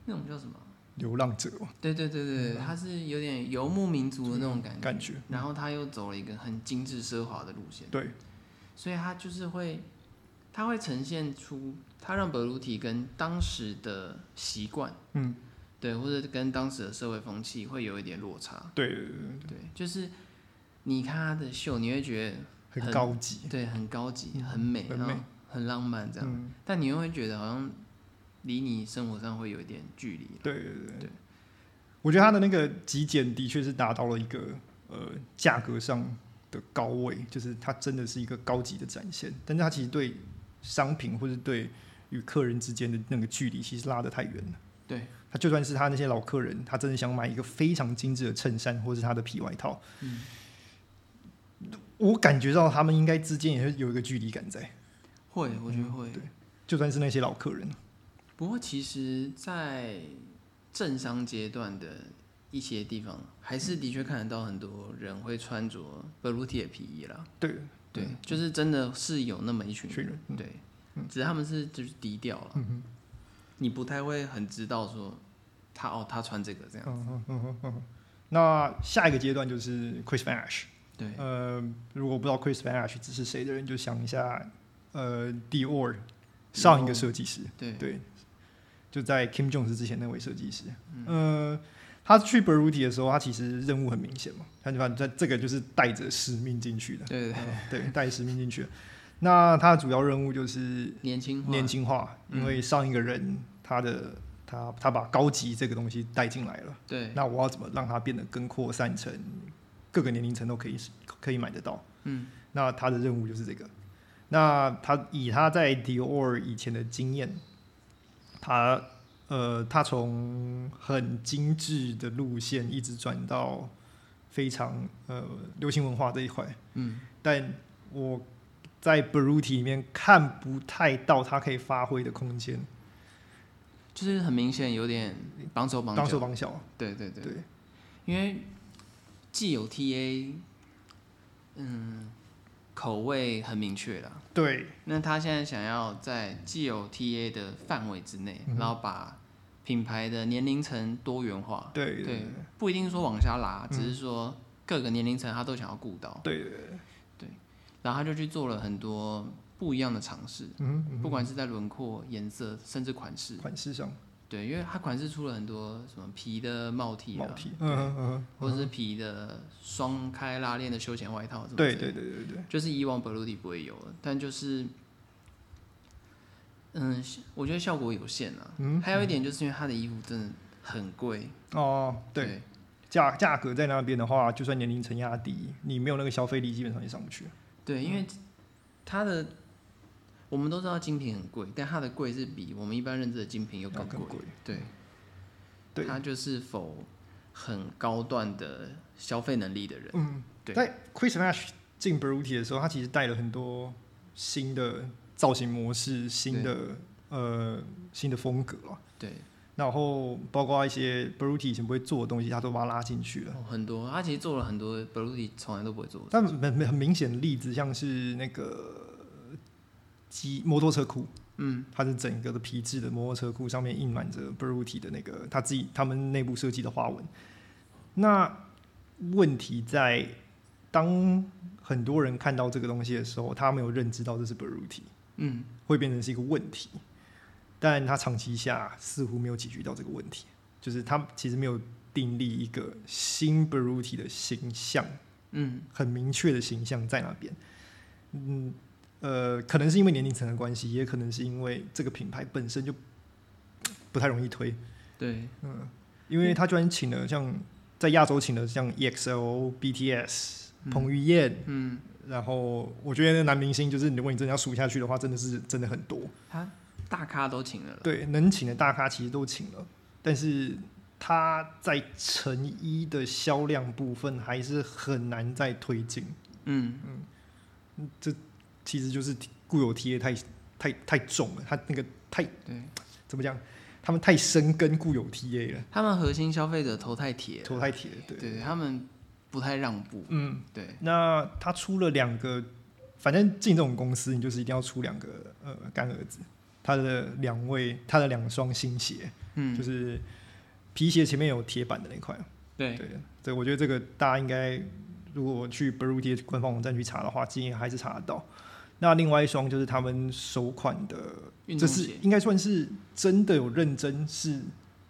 Speaker 2: 那种叫什么？啊
Speaker 1: 流浪者
Speaker 2: 对对对对，他是有点游牧民族的那种感觉。
Speaker 1: 嗯感觉，
Speaker 2: 然后他又走了一个很精致奢华的路线，
Speaker 1: 对，
Speaker 2: 所以他就是会，他会呈现出他让本鲁体跟当时的习惯，
Speaker 1: 嗯，
Speaker 2: 对，或者跟当时的社会风气会有一点落差，
Speaker 1: 对对，对对
Speaker 2: 对，就是你看他的秀，你会觉
Speaker 1: 对很
Speaker 2: 很
Speaker 1: 高级，
Speaker 2: 得对很高级、很美，
Speaker 1: 很
Speaker 2: 然后
Speaker 1: 美
Speaker 2: 很浪漫这样，
Speaker 1: 嗯，
Speaker 2: 但你又会觉得好像离你生活上会有一点距离，
Speaker 1: 对对对对
Speaker 2: 对，
Speaker 1: 我觉得它的那个极简的确是达到了一个呃价格上的高位，就是它真的是一个高级的展现，但是它其实对商品或者对与客人之间的那个距离其实拉得太远了。
Speaker 2: 对，
Speaker 1: 他就算是他那些老客人，他真的想买一个非常精致的衬衫或是他的皮外套，
Speaker 2: 嗯
Speaker 1: 我感觉到他们应该之间也是有一个距离感在，
Speaker 2: 会，我觉得会。
Speaker 1: 嗯对就算是那些老客人，
Speaker 2: 不过，其实，在政商阶段的一些地方，还是的确看得到很多人会穿着 b e r u t i 的皮衣啦。
Speaker 1: 对
Speaker 2: 对，就是真的是有那么一群
Speaker 1: 群
Speaker 2: 人
Speaker 1: 人，嗯
Speaker 2: 对，只是他们是就是低调了，你不太会很知道说他哦，他穿这个
Speaker 1: 嗯
Speaker 2: 这样，
Speaker 1: 那下一个阶段就是 Chris Van Ash，
Speaker 2: 对，
Speaker 1: 呃，如果不知道 Chris Van Ash 是谁的人，就想一下，呃，Dior 上一个设计师，
Speaker 2: 对，
Speaker 1: 对，就在 Kim Jones 之前那位设计师，嗯、呃，他去 Beruti 的时候，他其实任务很明显嘛，他就反正这个就是带着使命进去的，呃
Speaker 2: 对对对，
Speaker 1: 对，带着使命进去的。那他的主要任务就是
Speaker 2: 年轻化，嗯
Speaker 1: 年轻化，因为上一个人他的他他把高级这个东西带进来了，
Speaker 2: 对，
Speaker 1: 那我要怎么让它变得更扩散成各个年龄层都可以可以买得到？
Speaker 2: 嗯，
Speaker 1: 那他的任务就是这个。那他以他在 Dior 以前的经验，他呃，它从很精致的路线一直转到非常呃流行文化这一块，
Speaker 2: 嗯，
Speaker 1: 但我在 Baruti 里面看不太到它可以发挥的空间，
Speaker 2: 就是很明显有点绑手绑
Speaker 1: 帮手
Speaker 2: 脚，
Speaker 1: 帮小，
Speaker 2: 对对对，
Speaker 1: 对，
Speaker 2: 因为既有 TA，嗯，口味很明确啦，
Speaker 1: 对，
Speaker 2: 那他现在想要在既有 TA 的范围之内，
Speaker 1: 嗯哼
Speaker 2: 然后把品牌的年龄层多元化，
Speaker 1: 对，对，
Speaker 2: 对，不一定说往下拉，
Speaker 1: 嗯
Speaker 2: 只是说各个年龄层他都想要顾到，
Speaker 1: 对，对，对
Speaker 2: 然后他就去做了很多不一样的尝试，
Speaker 1: 嗯哼，
Speaker 2: 不管是在轮廓、颜色，甚至款式
Speaker 1: 嗯，款式上
Speaker 2: 对，因为它款式出了很多什么皮的帽 T
Speaker 1: 毛
Speaker 2: 啊，
Speaker 1: 体，嗯哼嗯
Speaker 2: 或者是皮的双开拉链的休闲外套什
Speaker 1: 哼，
Speaker 2: 么，
Speaker 1: 对，对，对，对，对，
Speaker 2: 就是以往 b l u 不会有了，但就是，嗯，我觉得效果有限啊。
Speaker 1: 嗯
Speaker 2: 还有一点就是因为他的衣服真的很贵，
Speaker 1: 哦，对，
Speaker 2: 对
Speaker 1: 价价格在那边的话，就算年龄层压低，你没有那个消费力，基本上也上不去。
Speaker 2: 对因为他的我们都知道精品很贵，但它的贵是比我们一般认知的精品又
Speaker 1: 要
Speaker 2: 更
Speaker 1: 更
Speaker 2: 贵，
Speaker 1: 贵
Speaker 2: 对，
Speaker 1: 对
Speaker 2: 他就是否很高段的消费能力的人，
Speaker 1: 嗯，
Speaker 2: 对
Speaker 1: 在 Chris Nash 进 Brutti 的时候，他其实带了很多新的造型模式、新的呃新的风格啊，
Speaker 2: 对，
Speaker 1: 然后包括一些 Brutti 以前不会做的东西，他都把它拉进去了。
Speaker 2: 哦很多他其实做了很多 b l u 从来都不会做的，
Speaker 1: 但很很很明显的例子，像是那个机摩托车库，
Speaker 2: 嗯，
Speaker 1: 它是整个的皮质的摩托车库上面印满着 Beruti 的那个他自己他们内部设计的花纹。那问题在，当很多人看到这个东西的时候，他没有认知到这是 Beruti，
Speaker 2: 嗯，
Speaker 1: 会变成是一个问题。但他长期下似乎没有解决到这个问题，就是他其实没有订立一个新 Beruti 的形象。
Speaker 2: 嗯，
Speaker 1: 很明确的形象在那边。嗯，呃，可能是因为年龄层的关系，也可能是因为这个品牌本身就不太容易推，嗯
Speaker 2: 对，
Speaker 1: 因为他居然请了像在亚洲请了像 E EXO、BTS、
Speaker 2: 嗯
Speaker 1: 彭于晏，
Speaker 2: 嗯。
Speaker 1: 然后我觉得那男明星就是如果你真的要数下去的话，真的是真的很多。
Speaker 2: 他大咖都请了啦，
Speaker 1: 对，能请的大咖其实都请了，但是他在成衣的销量部分还是很难再推进。
Speaker 2: 嗯，
Speaker 1: 其实就是固有 TA 太太太重了，它那个太
Speaker 2: 对，
Speaker 1: 怎么讲？他们太深耕固有 TA 了，
Speaker 2: 他们核心消费者头太铁了，
Speaker 1: 头太铁了。对，
Speaker 2: 对他们不太让步，
Speaker 1: 嗯，
Speaker 2: 对，
Speaker 1: 那他出了两个，反正进这种公司，你就是一定要出两个呃干儿子，他的两位，他的两双新鞋，就
Speaker 2: 嗯，
Speaker 1: 是皮鞋前面有铁板的那块。
Speaker 2: 对，
Speaker 1: 对，对，我觉得这个大家应该如果去 Beruti 的官方网站去查的话，今天还是查得到。那另外一双就是他们首款的
Speaker 2: 运
Speaker 1: 这
Speaker 2: 动
Speaker 1: 是
Speaker 2: 鞋，
Speaker 1: 应该算是真的有认真是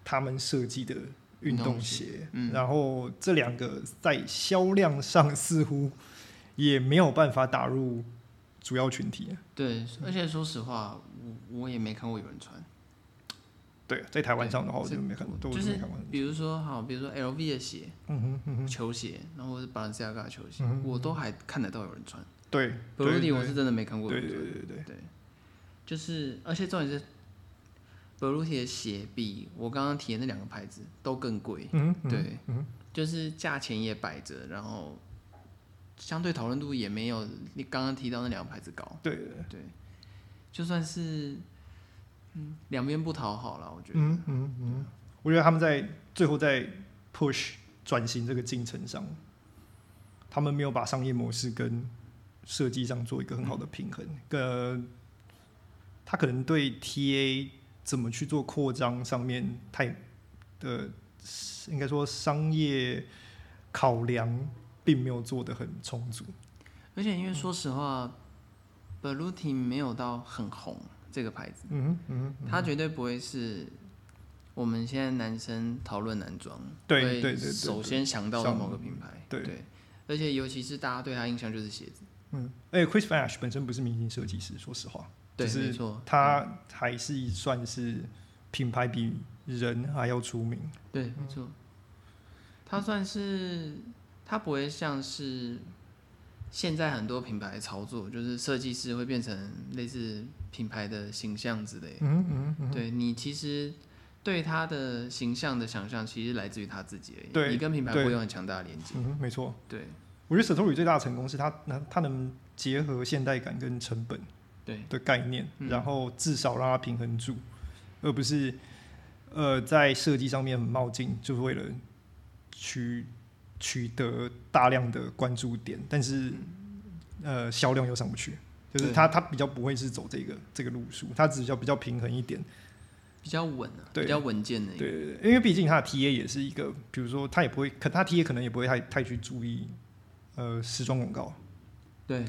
Speaker 1: 他们设计的运动
Speaker 2: 运动
Speaker 1: 鞋，
Speaker 2: 嗯
Speaker 1: 然后这两个在销量上似乎也没有办法打入主要群体。啊
Speaker 2: 对，而且说实话，我我也没看过有人穿，
Speaker 1: 对，啊在台湾上的话，我
Speaker 2: 对
Speaker 1: 就没看过，都
Speaker 2: 就
Speaker 1: 没
Speaker 2: 是
Speaker 1: 看过。
Speaker 2: 比如说好，比如说 LV 的鞋、
Speaker 1: 嗯哼，嗯哼，
Speaker 2: 球鞋，然后或是 Balenciaga 的球鞋
Speaker 1: 嗯，哼
Speaker 2: 我都还看得到有人穿
Speaker 1: 对
Speaker 2: b r u
Speaker 1: 对
Speaker 2: d y
Speaker 1: 对
Speaker 2: 我是真的没看过有
Speaker 1: 对对
Speaker 2: 人穿，
Speaker 1: 对对对，
Speaker 2: 就是而且重点是 b r u d y 的鞋比我刚刚提的那两个牌子都更贵，
Speaker 1: 嗯，嗯
Speaker 2: 对，
Speaker 1: 嗯
Speaker 2: 就是价钱也摆着，然后相对讨论度也没有你刚刚提到那两个牌子高。
Speaker 1: 对对对，
Speaker 2: 对，就算是嗯两边不讨好了，我觉得。
Speaker 1: 嗯嗯嗯，我觉得他们在最后在 push 转型这个进程上，他们没有把商业模式跟设计上做一个很好的平衡。呃，他可能对 TA 怎么去做扩张上面太的、应该说商业考量并没有做得很充足。
Speaker 2: 而且因为说实话，Baluti 没有到很红这个牌子，
Speaker 1: 嗯嗯，
Speaker 2: 它绝对不会是我们现在男生讨论男装，
Speaker 1: 对
Speaker 2: 会
Speaker 1: 对对对对
Speaker 2: 首先想到的
Speaker 1: 像
Speaker 2: 某个品牌，
Speaker 1: 对
Speaker 2: 而且尤其是大家对它印象就是鞋子，
Speaker 1: 嗯，而且 Chris Flash 本身不是明星设计师，说实话，
Speaker 2: 对，
Speaker 1: 就是
Speaker 2: 没错，
Speaker 1: 他还是算是品牌比人还要出名。
Speaker 2: 对，
Speaker 1: 嗯
Speaker 2: 没错。它算是，它不会像是现在很多品牌操作，就是设计师会变成类似品牌的形象之类。
Speaker 1: 嗯嗯嗯
Speaker 2: 对你其实对他的形象的想象，其实来自于他自己而已。
Speaker 1: 对
Speaker 2: 你跟品牌
Speaker 1: 对
Speaker 2: 会有很强大的连接。
Speaker 1: 嗯哼，没错。
Speaker 2: 对
Speaker 1: 我觉得 Satori 最大的成功是它能它能结合现代感跟成本
Speaker 2: 对
Speaker 1: 的概念，
Speaker 2: 嗯
Speaker 1: 然后至少让它平衡住，而不是呃在设计上面很冒进，就是为了取取得大量的关注点，但是呃销量又上不去。就是
Speaker 2: 对
Speaker 1: 它它比较不会是走这个这个路数，它只是要比较平衡一点。
Speaker 2: 比较稳啊，
Speaker 1: 对
Speaker 2: 比较稳健的。
Speaker 1: 对对对，因为毕竟他的 TA 也是一个，比如说他也不会，可他 TA 可能也不会太太去注意呃时装广告。
Speaker 2: 对，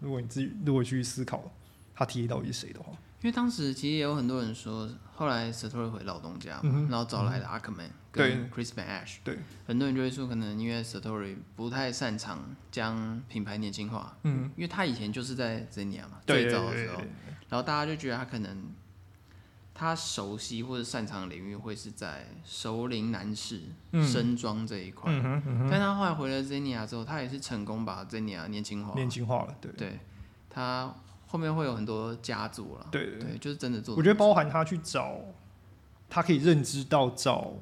Speaker 1: 如果你自己如果去思考他 TA 到底是谁的话，
Speaker 2: 因为当时其实也有很多人说，后来 Satori 回老东家嘛，
Speaker 1: 嗯哼
Speaker 2: 然后找来了 Ackman
Speaker 1: 对
Speaker 2: 跟 Chris Van Ash，
Speaker 1: 对，
Speaker 2: 很多人就会说，可能因为 Satori 不太擅长将品牌年轻化，
Speaker 1: 嗯，
Speaker 2: 因为他以前就是在 Zenia 嘛，
Speaker 1: 对
Speaker 2: 最
Speaker 1: 对
Speaker 2: 早的
Speaker 1: 对
Speaker 2: 时候
Speaker 1: 对，
Speaker 2: 然后大家就觉得他可能他熟悉或者擅长的领域会是在熟龄男士
Speaker 1: 嗯
Speaker 2: 身装这一块，
Speaker 1: 嗯哼嗯
Speaker 2: 但他后来回了 Zenia 之后，他也是成功把 Zenia 年轻化
Speaker 1: 哼，，年轻化了，对
Speaker 2: 对他后面会有很多佳作啦，
Speaker 1: 对对对，
Speaker 2: 对，就是真的做得不错，
Speaker 1: 我觉得包含他去找，他可以认知到找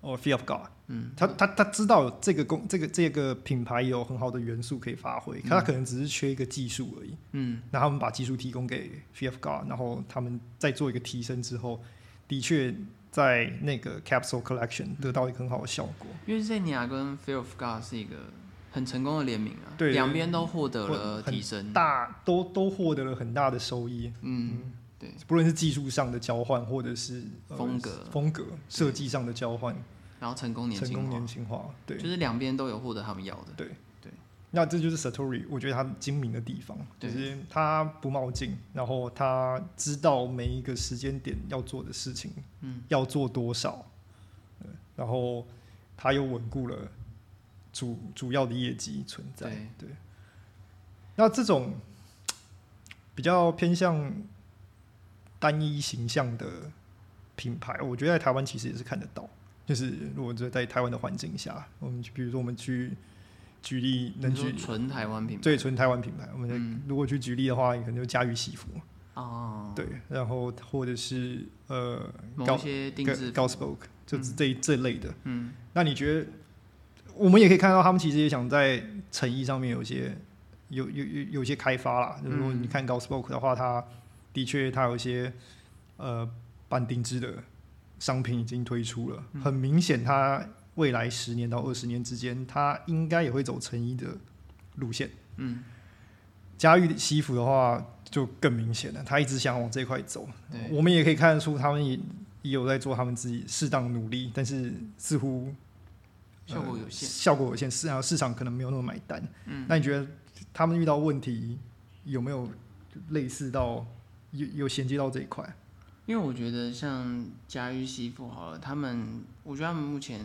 Speaker 1: 哦 Fear of God，
Speaker 2: 嗯，
Speaker 1: 他他他知道有这个公这个这个品牌有很好的元素可以发挥，可他可能只是缺一个技术而已。
Speaker 2: 嗯，
Speaker 1: 那他们把技术提供给 f f g a 然后他们再做一个提升之后，的确在那个 Capsule Collection 得到一个很好的效果。
Speaker 2: 因为 Zenia 跟 Fear of God 是一个很成功的联名啊，
Speaker 1: 对
Speaker 2: 两边都获得了
Speaker 1: 很很
Speaker 2: 提升，
Speaker 1: 大都都获得了很大的收益，
Speaker 2: 嗯，对，
Speaker 1: 不论是技术上的交换，或者是、呃
Speaker 2: 风格
Speaker 1: 风格设计上的交换，
Speaker 2: 然后成功年
Speaker 1: 成
Speaker 2: 轻
Speaker 1: 功
Speaker 2: 化
Speaker 1: 年，轻化。对，
Speaker 2: 就是两边都有获得他们要的，
Speaker 1: 那这就是 Satori，我觉得他精明的地方，就
Speaker 2: 对
Speaker 1: 是他不冒进，然后他知道每一个时间点要做的事情，
Speaker 2: 嗯，
Speaker 1: 要做多少，呃然后他又稳固了主主要的业绩存在。
Speaker 2: 对
Speaker 1: 那这种比较偏向单一形象的品牌，我觉得在台湾其实也是看得到。就是如果就在台湾的环境下，我们比如说我们去举例，能
Speaker 2: 你说
Speaker 1: 举
Speaker 2: 纯台湾品牌，
Speaker 1: 最纯台湾品牌，我们在
Speaker 2: 嗯
Speaker 1: 如果去举例的话，可能就家喻喜服，
Speaker 2: 哦，
Speaker 1: 对，然后或者是呃
Speaker 2: 某
Speaker 1: 高
Speaker 2: 一些定制
Speaker 1: g o s p o k 就是这这类的。
Speaker 2: 嗯，
Speaker 1: 那你觉得，我们也可以看到他们其实也想在诚意上面有一些有有有有一些开发啦。就是如果
Speaker 2: 嗯
Speaker 1: 你看 g o s p o k 的话，它的确它有一些呃半定制的商品已经推出了，
Speaker 2: 嗯
Speaker 1: 很明显它未来十年到二十年之间，它应该也会走成衣的路线。
Speaker 2: 嗯，
Speaker 1: 嘉裕西服的话就更明显了，他一直想往这一块走。
Speaker 2: 对
Speaker 1: 我们也可以看得出他们也也有在做他们自己适当努力，但是似乎呃
Speaker 2: 效果有限，
Speaker 1: 效果有限，市场市场可能没有那么买单。嗯，那你觉得他们遇到问题有没有类似到有有衔接到这一块？
Speaker 2: 因为我觉得像家喻媳妇好了，他们，我觉得他们目前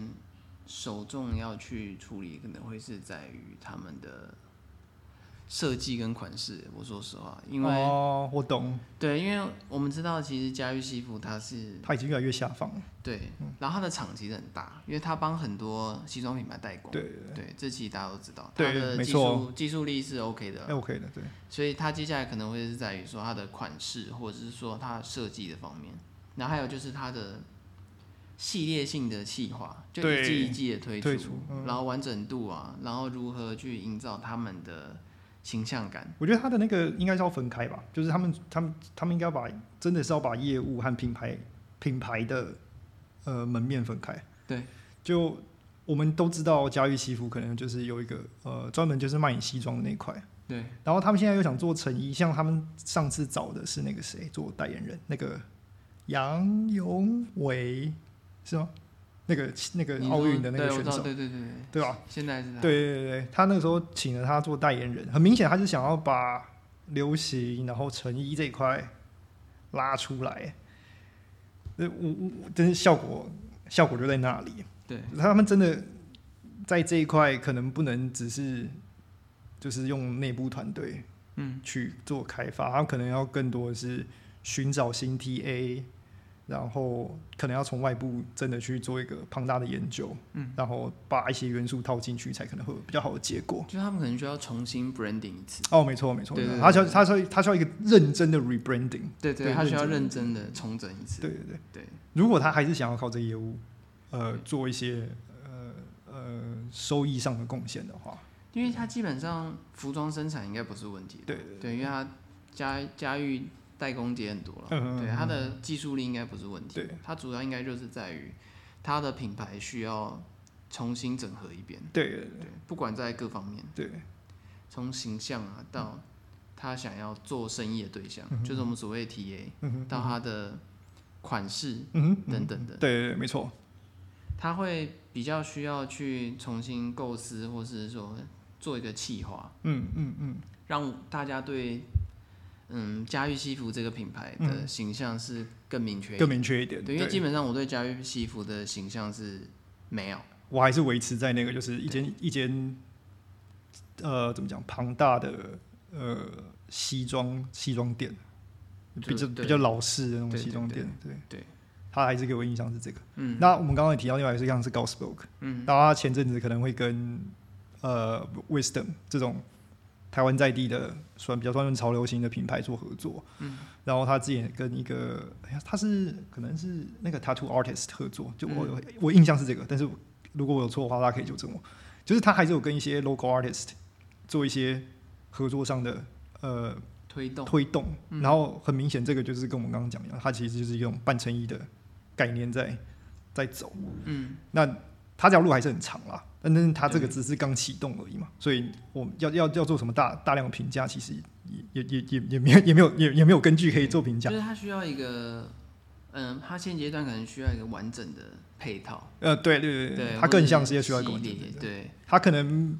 Speaker 2: 首重要去处理，可能会是在于他们的设计跟款式。我说实话，因为、
Speaker 1: 哦，我懂，
Speaker 2: 对，因为我们知道，其实家喻媳妇它是
Speaker 1: 他已经越来越下放了。
Speaker 2: 对，
Speaker 1: 嗯
Speaker 2: 然后它的厂其实很大，因为它帮很多西装品牌代工。
Speaker 1: 对
Speaker 2: 对，这其实大家都知道，它
Speaker 1: 对
Speaker 2: 的
Speaker 1: 没
Speaker 2: 技
Speaker 1: 错
Speaker 2: 术技术力是 OK 的
Speaker 1: 哎，，OK 的，对，
Speaker 2: 所以它接下来可能会是在于说它的款式，或者是说它设计的方面，然后还有就是它的系列性的企划，就
Speaker 1: 对
Speaker 2: 一季一季的推出，
Speaker 1: 退出嗯
Speaker 2: 然后完整度啊，然后如何去营造他们的形象感，
Speaker 1: 我觉得他的那个应该是要分开吧，就是他们他们他们应该要把真的是要把业务和品牌品牌的呃门面分开。
Speaker 2: 对，
Speaker 1: 就我们都知道嘉裕西服可能就是有一个呃专门就是卖你西装的那一块，
Speaker 2: 对，
Speaker 1: 然后他们现在又想做成衣，像他们上次找的是那个谁做代言人，那个杨永伟是吗？那个那个
Speaker 2: 你说
Speaker 1: 奥运的那个
Speaker 2: 对我
Speaker 1: 选
Speaker 2: 知道
Speaker 1: 手，
Speaker 2: 对对对对，
Speaker 1: 对吧？
Speaker 2: 现在是他，
Speaker 1: 对对对对，他那个时候请了他做代言人，很明显他是想要把流行然后成衣这一块拉出来。呃，我我我但是效果效果就在那里，
Speaker 2: 对
Speaker 1: 他们真的在这一块可能不能只是就是用内部团队
Speaker 2: 嗯
Speaker 1: 去做开发，他们可能要更多的是寻找新 TA，然后可能要从外部真的去做一个庞大的研究，嗯，然后把一些元素套进去，才可能会有比较好的结果。
Speaker 2: 就他们可能需要重新 branding 一次，
Speaker 1: 哦，没错没错，
Speaker 2: 对对对
Speaker 1: 他需要他需要他需要一个认真的 rebranding。
Speaker 2: 对对，
Speaker 1: 对
Speaker 2: 他需要认
Speaker 1: 认
Speaker 2: 真的重整一次，
Speaker 1: 对对对，
Speaker 2: 对
Speaker 1: 如果他还是想要靠这业务，呃，做一些呃呃收益上的贡献的话，
Speaker 2: 因为它基本上服装生产应该不是问题，
Speaker 1: 对
Speaker 2: 对，因为它家家域代工也很多了，
Speaker 1: 嗯嗯
Speaker 2: 对
Speaker 1: 嗯
Speaker 2: 啊它的技术力应该不是问题，
Speaker 1: 对，
Speaker 2: 它主要应该就是在于它的品牌需要重新整合一遍，
Speaker 1: 对对
Speaker 2: 对，不管在各方面，
Speaker 1: 对
Speaker 2: 从形象啊到他想要做生意的对象，就是我们所谓的 TA，、
Speaker 1: 嗯哼
Speaker 2: 到他的款式
Speaker 1: 嗯哼嗯
Speaker 2: 等
Speaker 1: 哼
Speaker 2: 等的，
Speaker 1: 对对对，没错，
Speaker 2: 他会比较需要去重新构思，或是说做一个企划，
Speaker 1: 嗯嗯嗯，
Speaker 2: 让大家对嗯嘉裕西服这个品牌
Speaker 1: 嗯
Speaker 2: 的形象是更明确一
Speaker 1: 更
Speaker 2: 点。
Speaker 1: 明确一点。
Speaker 2: 对，因为基本上我对嘉裕西服的形象是没有，
Speaker 1: 我还是维持在那个，就是一间一间，呃，怎么讲，庞大的呃西装西装店，
Speaker 2: 就
Speaker 1: 比较
Speaker 2: 对
Speaker 1: 比较老式的那种
Speaker 2: 对对
Speaker 1: 西装店，对
Speaker 2: 对
Speaker 1: 他还是给我印象是这个。
Speaker 2: 嗯，
Speaker 1: 那我们刚刚也提到另外一个是像是 Gospok，嗯，然后他前阵子可能会跟呃 Wisdom 这种台湾在地的算比较算是潮流型的品牌做合作，嗯，然后他之前也跟一个哎呀他是可能是那个 Tattoo Artist 合作，就我、我印象是这个，但是如果我有错的话，大家可以纠正我。就是他还是有跟一些 local artist 做一些合作上的呃
Speaker 2: 推动嗯
Speaker 1: 推动，然后很明显，这个就是跟我们刚刚讲一样，它其实就是用半成衣的概念在在走。嗯，那它这条路还是很长啦，但但是它这个只是刚启动而已嘛，所以我们要要要做什么大大量的评价，其实也也也也也没有也没有也也没有根据可以做评价
Speaker 2: 就。是他需要一个，嗯，他现阶段可能需要一个完整的配套，
Speaker 1: 呃，对对对
Speaker 2: 对，
Speaker 1: 它更像是
Speaker 2: 要
Speaker 1: 要需要一个完整
Speaker 2: 系
Speaker 1: 的
Speaker 2: 列，对，
Speaker 1: 它可能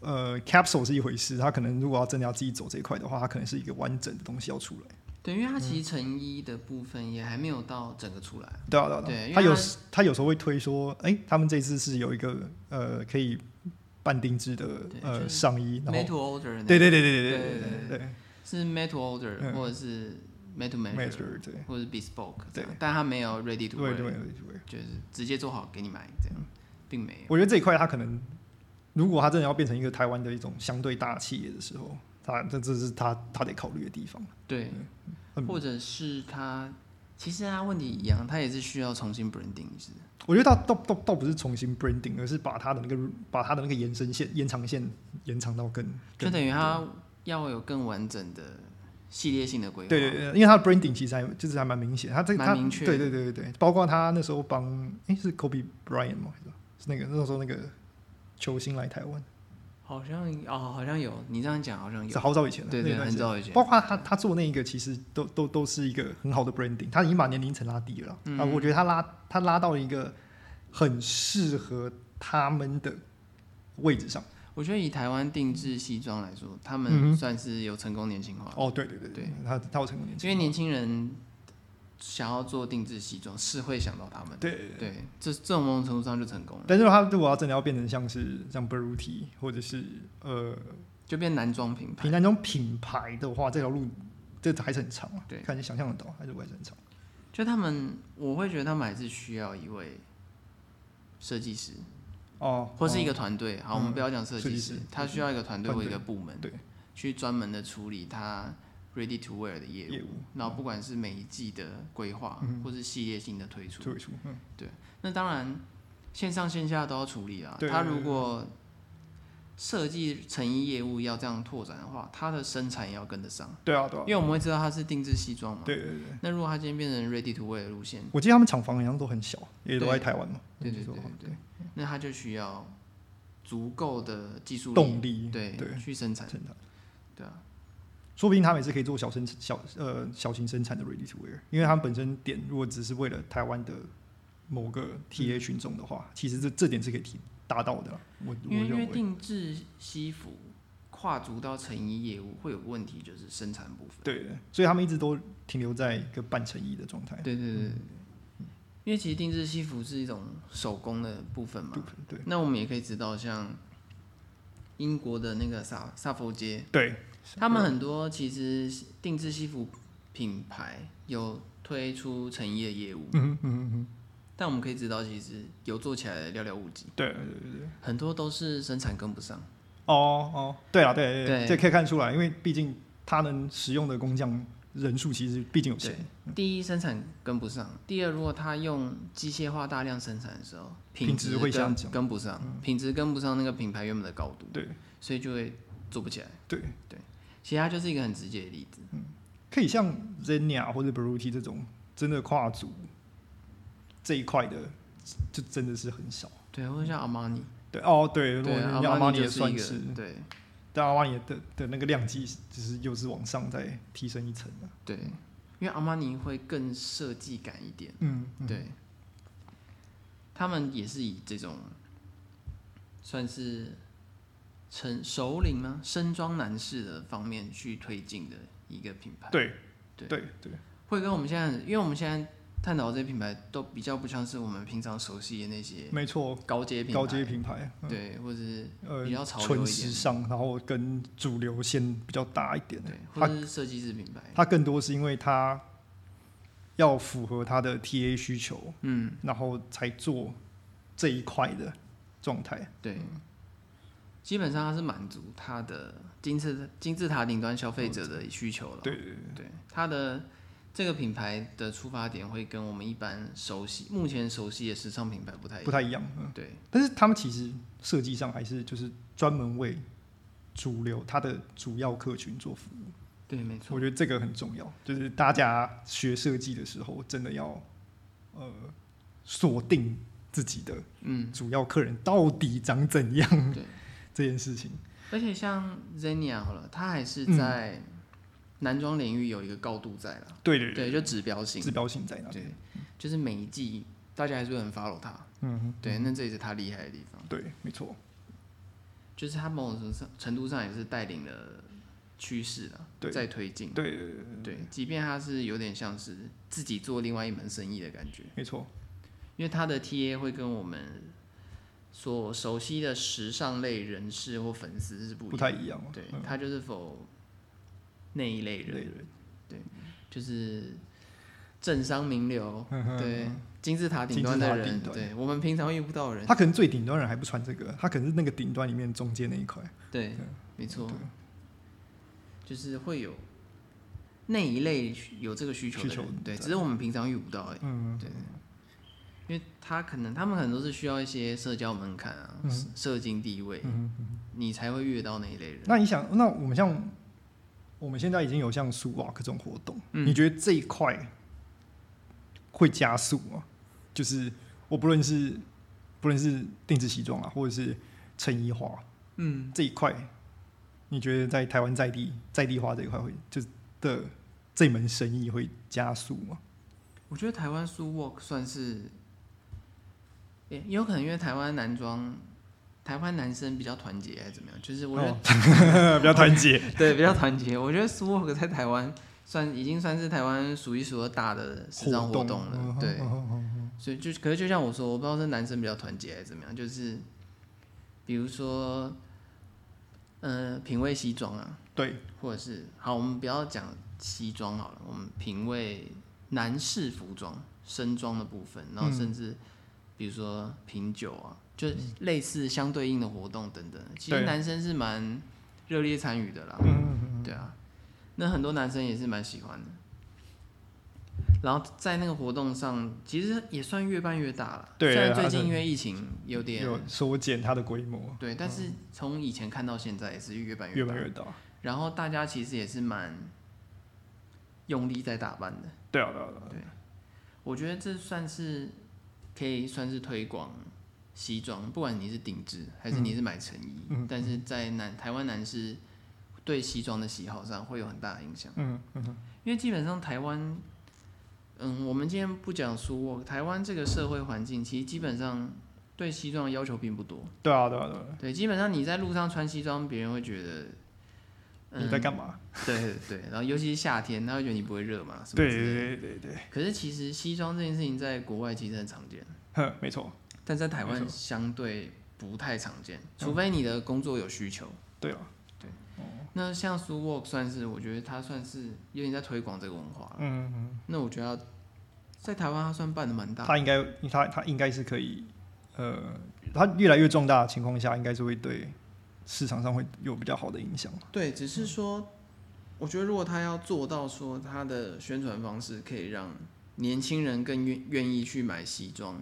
Speaker 1: 呃 capsule 是一回事，它可能如果要真的要自己走这一块的话，它可能是一个完整的东西要出来。
Speaker 2: 对，因为它
Speaker 1: 嗯
Speaker 2: 其实成衣的部分也还没有到整个出来，
Speaker 1: 对啊，对啊，对
Speaker 2: 对
Speaker 1: 啊
Speaker 2: 因为
Speaker 1: 他有
Speaker 2: 他
Speaker 1: 时他有时候会推说，哎、他们这次是有一个呃可以半定制的
Speaker 2: 对就
Speaker 1: 呃
Speaker 2: 是
Speaker 1: 上衣，然
Speaker 2: made
Speaker 1: 后
Speaker 2: to order，
Speaker 1: 对对
Speaker 2: 对，
Speaker 1: 对对对
Speaker 2: 对对
Speaker 1: 对对对
Speaker 2: 是 made to order、
Speaker 1: 嗯
Speaker 2: 或者是 made to
Speaker 1: m a
Speaker 2: measure，
Speaker 1: t e r 对
Speaker 2: 或者是 bespoke，
Speaker 1: 对
Speaker 2: 这样，但它没有
Speaker 1: 对
Speaker 2: ready to
Speaker 1: 对
Speaker 2: wear，
Speaker 1: 对嗯对
Speaker 2: 就是直接做好给你买这样，并没有，
Speaker 1: 我觉得这一块他可能，如果他真的要变成一个台湾的一种相对大企业的时候，他这这是他他得考虑的地方。
Speaker 2: 对，
Speaker 1: 嗯
Speaker 2: 或者是它其实它问题一样，它也是需要重新 branding 是，
Speaker 1: 我觉得倒倒倒倒不是重新 branding，而是把他的那个把他的那个延伸线延长线延长到更
Speaker 2: 就
Speaker 1: 更
Speaker 2: 等于它要有更完整的系列性的规划，
Speaker 1: 对对对，因为他的 branding 其实还就是还蛮明显，他这
Speaker 2: 蛮
Speaker 1: 他
Speaker 2: 明确的
Speaker 1: 对对对对对，包括他那时候帮诶是 Kobe Bryant 吗？还是是那个那时候那个球星来台湾，
Speaker 2: 好像哦，好像有，你这样讲好像
Speaker 1: 是
Speaker 2: 有，
Speaker 1: 好早以前了，
Speaker 2: 对
Speaker 1: 那
Speaker 2: 对，
Speaker 1: 段
Speaker 2: 很
Speaker 1: 时间。
Speaker 2: 早以前，
Speaker 1: 包括他他做那一个，其实都都都是一个很好的 branding，他已经把年龄层拉低了啦、啊，我觉得他
Speaker 2: 嗯
Speaker 1: 拉他拉到一个很适合他们的位置上。
Speaker 2: 我觉得以台湾定制西装来说，他
Speaker 1: 嗯
Speaker 2: 们
Speaker 1: 哼
Speaker 2: 算是有成功年轻化，
Speaker 1: 哦，对对对
Speaker 2: 对，
Speaker 1: 他他有成功年
Speaker 2: 因
Speaker 1: 轻
Speaker 2: 为
Speaker 1: 化，
Speaker 2: 年轻人想要做定制西装是会想到他们的，
Speaker 1: 对对对
Speaker 2: 对，这这种某种程度上就成功了，
Speaker 1: 但是他如果要真的要变成像是像 Beruti 或者是呃
Speaker 2: 就变男装品牌
Speaker 1: 平。台那种品牌的话，这条路这还是很长啊。
Speaker 2: 对
Speaker 1: 看你想象得到，还是还是很长。
Speaker 2: 就他们，我会觉得他们还是需要一位设计师，
Speaker 1: 哦，
Speaker 2: 或是一
Speaker 1: 个
Speaker 2: 个团队。好，我们不要讲设计
Speaker 1: 设
Speaker 2: 师
Speaker 1: 计师，
Speaker 2: 他需要一个团队
Speaker 1: 团
Speaker 2: 或
Speaker 1: 队
Speaker 2: 一个部门，
Speaker 1: 对，
Speaker 2: 去专门的处理他 ready to wear 的业务。
Speaker 1: 业嗯务
Speaker 2: 然后不管是每一季的规划，或是系列性的推出，
Speaker 1: 退出，嗯，
Speaker 2: 那当然线上线下都要处理啦。
Speaker 1: 对
Speaker 2: 他如果设计成衣业务要这样拓展的话，他的生产也要跟得上，
Speaker 1: 对啊，对啊
Speaker 2: 因，为我们会知道他是定制西装嘛。
Speaker 1: 对对对。
Speaker 2: 那如果他今天变成 ready to wear 的路线，
Speaker 1: 我记得他们厂房好像都很小，也都在
Speaker 2: 对
Speaker 1: 台湾嘛。
Speaker 2: 对对
Speaker 1: 没
Speaker 2: 对
Speaker 1: 错
Speaker 2: 对那他就需要足够的技术力
Speaker 1: 动力
Speaker 2: 对
Speaker 1: 对
Speaker 2: 去生产，
Speaker 1: 生产，
Speaker 2: 对啊，
Speaker 1: 说不定他们也是可以做小生小呃小型生产的 ready to wear，因为他们本身点如果只是为了台湾的某个 TA 群众的话，其实这这点是可以提达到的啦。我我
Speaker 2: 嗯因为因为
Speaker 1: 认为，
Speaker 2: 定制西服跨足到成衣业务会有个问题，就是生产部分。
Speaker 1: 对，对所以他们一直都停留在一个半成衣的状态。
Speaker 2: 对对对对，对
Speaker 1: 嗯
Speaker 2: 因为其实定制西服是一种手工的部分嘛
Speaker 1: 部。分对
Speaker 2: 那我们也可以知道，像英国的那个萨萨佛街，
Speaker 1: 对，
Speaker 2: 他们很多其实定制西服品牌有推出成衣的业务，
Speaker 1: 嗯哼嗯哼嗯哼，
Speaker 2: 但我们可以知道，其实有做起来的寥寥无几，
Speaker 1: 对对对对，
Speaker 2: 很多都是生产跟不上。
Speaker 1: 哦哦，对啊对对对，
Speaker 2: 对
Speaker 1: 这可以看出来，因为毕竟它能使用的工匠人数其实毕竟有限
Speaker 2: 对，第一，生产跟不上；第二，如果他用机械化大量生产的时候，
Speaker 1: 品质
Speaker 2: 质
Speaker 1: 会下
Speaker 2: 跟
Speaker 1: 降嗯
Speaker 2: 跟不上，品质跟不上那个品牌原本的高度，
Speaker 1: 对
Speaker 2: 所以就会做不起来。
Speaker 1: 对，
Speaker 2: 其实它就是一个很直接的例子。
Speaker 1: 可以像 Zenia 或者 Baruti 这种真的跨足这一块的，就真的是很少。
Speaker 2: 对，或者像阿玛尼，
Speaker 1: 对哦，对，
Speaker 2: 对，
Speaker 1: 如
Speaker 2: 阿
Speaker 1: 果阿玛
Speaker 2: 玛
Speaker 1: 尼
Speaker 2: 尼
Speaker 1: 也
Speaker 2: 就是一
Speaker 1: 算
Speaker 2: 个
Speaker 1: 是，
Speaker 2: 对
Speaker 1: 但阿玛尼的的那个量级就是又是往上再提升一层的。
Speaker 2: 对，因为阿玛尼会更设计感一点。
Speaker 1: 嗯，嗯，
Speaker 2: 对，他们也是以这种算是成首领吗？身装男士的方面去推进的一个品牌，
Speaker 1: 对
Speaker 2: 对
Speaker 1: 对对
Speaker 2: 会跟我们现在，因为我们现在探讨这些品牌都比较不像是我们平常熟悉的那些
Speaker 1: 没错，
Speaker 2: 高阶品牌，
Speaker 1: 嗯高阶品牌，嗯
Speaker 2: 对，或者是
Speaker 1: 呃
Speaker 2: 比较，潮流
Speaker 1: 纯
Speaker 2: 一
Speaker 1: 时
Speaker 2: 点
Speaker 1: 尚，然后跟主流线比较大一点的
Speaker 2: 对，，或
Speaker 1: 它
Speaker 2: 者是设计师品牌，
Speaker 1: 它更多是因为它要符合它的 TA 需求，
Speaker 2: 嗯，
Speaker 1: 然后才做这一块的状态。
Speaker 2: 对。基本上它是满足它的金字金字塔顶端消费者的需求了。
Speaker 1: 对对对
Speaker 2: 对它的这个品牌的出发点会跟我们一般熟悉、目前熟悉的时尚品牌不太一
Speaker 1: 不
Speaker 2: 样。
Speaker 1: 太一样。嗯，
Speaker 2: 对
Speaker 1: 但是他们其实设计上还是就是专门为主流它的主要客群做服务，
Speaker 2: 对，没错
Speaker 1: 我。觉得这个很重要。就是大家学设计的时候，真的要呃锁定自己的
Speaker 2: 嗯，
Speaker 1: 主要客人到底长怎样
Speaker 2: 对。
Speaker 1: 这件事情。
Speaker 2: 而且像 Zenia 好了，它还是
Speaker 1: 嗯
Speaker 2: 在男装领域有一个高度在了，
Speaker 1: 对对
Speaker 2: 对，就指标性
Speaker 1: 指，标性在哪里？
Speaker 2: 对，就是每一季大家还是会很 follow 它。
Speaker 1: 嗯，
Speaker 2: 对，那这也是它厉害的地方，
Speaker 1: 对，没错。
Speaker 2: 就是它某种程度上程度上也是带领了趋势了，
Speaker 1: 对
Speaker 2: 在推进。
Speaker 1: 对对对对，
Speaker 2: 对，即便它是有点像是自己做另外一门生意的感觉。
Speaker 1: 没错。
Speaker 2: 因为他的 TA 会跟我们所熟悉的时尚类人士或粉丝是不
Speaker 1: 不
Speaker 2: 一
Speaker 1: 太
Speaker 2: 样
Speaker 1: 一样
Speaker 2: 的，
Speaker 1: 哦。
Speaker 2: 对
Speaker 1: 嗯，
Speaker 2: 他就是否那一类
Speaker 1: 对
Speaker 2: 人，就是政商名流，
Speaker 1: 对对，
Speaker 2: 对金字塔顶端的
Speaker 1: 嗯金
Speaker 2: 人，
Speaker 1: 字塔顶端
Speaker 2: 对我们平常遇不到的人，
Speaker 1: 他可能最顶端人还不穿这个，他可能是那个顶端里面中间那一块。
Speaker 2: 对，没错，就是会有那一类有这个需求的
Speaker 1: 需求
Speaker 2: 人，对，
Speaker 1: 在
Speaker 2: 只是我们平常遇不到而已。
Speaker 1: 嗯，
Speaker 2: 对，因为他可能他们很多是需要一些社交门槛啊、社社经地位，你才会遇到那一类人。
Speaker 1: 那你想，那我们像我们现在已经有像苏瓦克这种活动，
Speaker 2: 嗯
Speaker 1: 你觉得这一块会加速吗？就是我不论是不论是定制西装啊，或者是衬衣化
Speaker 2: 嗯，
Speaker 1: 这一块，你觉得在台湾在地在地化这一块会就是的这门生意会加速吗？
Speaker 2: 我觉得台湾苏 work 算是，也也有可能因为台湾男装，台湾男生比较团结还是怎么样，就是我觉得、
Speaker 1: 哦、比较团结，
Speaker 2: 对比较团结。我觉得苏 work 在台湾算已经算是台湾数一数二大的时尚活动了，
Speaker 1: 嗯哼
Speaker 2: 对。
Speaker 1: 嗯哼嗯哼
Speaker 2: 所以就可是就像我说，我不知道是男生比较团结还是怎么样，就是比如说，呃，品味西装啊，
Speaker 1: 对，
Speaker 2: 或者是好，我们不要讲西装好了，我们品味男士服装、身装的部分，然
Speaker 1: 嗯
Speaker 2: 后甚至比如说品酒啊，就类似相对应的活动等等，其实
Speaker 1: 对
Speaker 2: 男生是蛮热烈参与的啦。
Speaker 1: 嗯嗯嗯
Speaker 2: 对啊，那很多男生也是蛮喜欢的。然后在那个活动上，其实也算越办越大了。
Speaker 1: 对
Speaker 2: 虽然最
Speaker 1: 它
Speaker 2: 近
Speaker 1: 是
Speaker 2: 因为疫情有点
Speaker 1: 有缩减它的规模，
Speaker 2: 对，但是从以前看到现在也是越办
Speaker 1: 越
Speaker 2: 大。
Speaker 1: 来越大。
Speaker 2: 然后大家其实也是蛮用力在打扮的，
Speaker 1: 对啊，对啊，对啊
Speaker 2: 我觉得这算是可以算是推广西装，不管你是定制还是你是买成衣，
Speaker 1: 嗯
Speaker 2: 但是在男台湾男士对西装的喜好上会有很大的影响。
Speaker 1: 嗯嗯哼，
Speaker 2: 因为基本上台湾，嗯，我们今天不讲苏沃，台湾这个社会环境其实基本上对西装的要求并不多。
Speaker 1: 对啊，对啊，对啊。
Speaker 2: 对，基本上你在路上穿西装，别人会觉得、嗯、
Speaker 1: 你在干
Speaker 2: 嘛？
Speaker 1: 嘛？
Speaker 2: 对对对，然后尤其是夏天，他会觉得你不会热嘛，什么
Speaker 1: 对
Speaker 2: 之类的
Speaker 1: 对对对对，
Speaker 2: 可是其实西装这件事情在国外其实很常见，
Speaker 1: 哼，没错，
Speaker 2: 但在台
Speaker 1: 没
Speaker 2: 湾
Speaker 1: 错嗯
Speaker 2: 相对不太常见，除非你的工作有需求。
Speaker 1: 对啊，
Speaker 2: 那像苏沃算是，我觉得他算是有点在推广这个文化了。
Speaker 1: 嗯，
Speaker 2: 那我觉得要在台湾它算办的蛮大的，
Speaker 1: 它应该它它应该是可以，呃，它越来越壮大的情况下，应该是会对市场上会有比较好的影响。
Speaker 2: 对，只是说，我觉得如果他要做到说他的宣传方式可以让年轻人更愿愿意去买西装，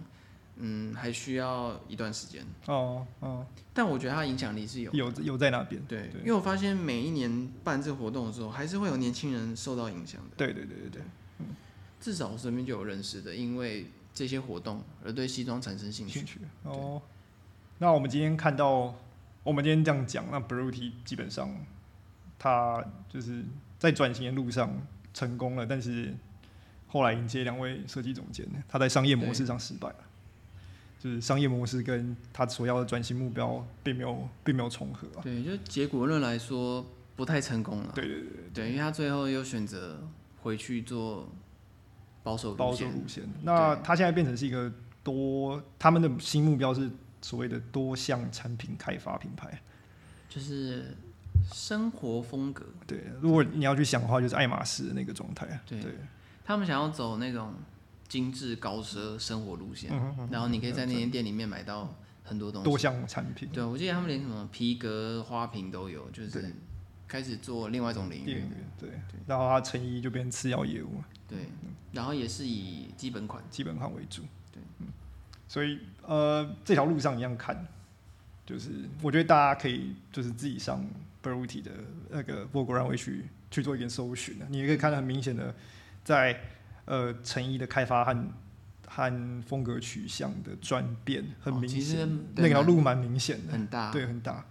Speaker 2: 嗯，还需要一段时间。
Speaker 1: 哦哦，
Speaker 2: 但我觉得它影响力是有的
Speaker 1: 有有在那边。
Speaker 2: 对，
Speaker 1: 对
Speaker 2: 因为我发现每一年办这活动的时候，还是会有年轻人受到影响的。
Speaker 1: 对对对对对，
Speaker 2: 至少我身边就有认识的，因为这些活动而对西装产生兴趣
Speaker 1: 兴。趣哦。那我们今天看到，我们今天这样讲，那 Brutti 基本上他就是在转型的路上成功了，但是后来迎接两位设计总监，他在商业模式上失败了，就是商业模式跟他所要的转型目标并没有并没有重合啊。
Speaker 2: 对，就结果论来说，不太成功了。
Speaker 1: 对对
Speaker 2: 对，因为他最后又选择回去做保守
Speaker 1: 对，
Speaker 2: 路
Speaker 1: 保守
Speaker 2: 线
Speaker 1: 路线。那他现在变成是一个多，他们的新目标是所谓的多项产品开发品牌。
Speaker 2: 就是生活风格，
Speaker 1: 对，如果你要去想的话，就是爱马仕的那个状态。
Speaker 2: 对
Speaker 1: 对
Speaker 2: 他们想要走那种精致高奢生活路线，
Speaker 1: 嗯哼嗯哼
Speaker 2: 然后你可以在那间店里面买到很多东西。
Speaker 1: 多项产品，
Speaker 2: 对，啊我记得他们连什么皮革、花瓶都有，就
Speaker 1: 对
Speaker 2: 是开始做另外一种领
Speaker 1: 店
Speaker 2: 域
Speaker 1: 员。对，然后它成衣就变成次要业务了，
Speaker 2: 对，然后也是以基本款。
Speaker 1: 基本款为主。
Speaker 2: 对，
Speaker 1: 嗯，所以呃，这条路上一样看，就是我觉得大家可以就是自己上 Beruti 的那个 Vogue Runway 去去做一点搜寻啊，你也可以看到很明显的在呃成衣的开发和。和风格取向的转变很
Speaker 2: 哦
Speaker 1: 明
Speaker 2: 其实
Speaker 1: 显，那
Speaker 2: 对
Speaker 1: 条
Speaker 2: 蛮
Speaker 1: 路蛮明显的，
Speaker 2: 很大，
Speaker 1: 对，很大。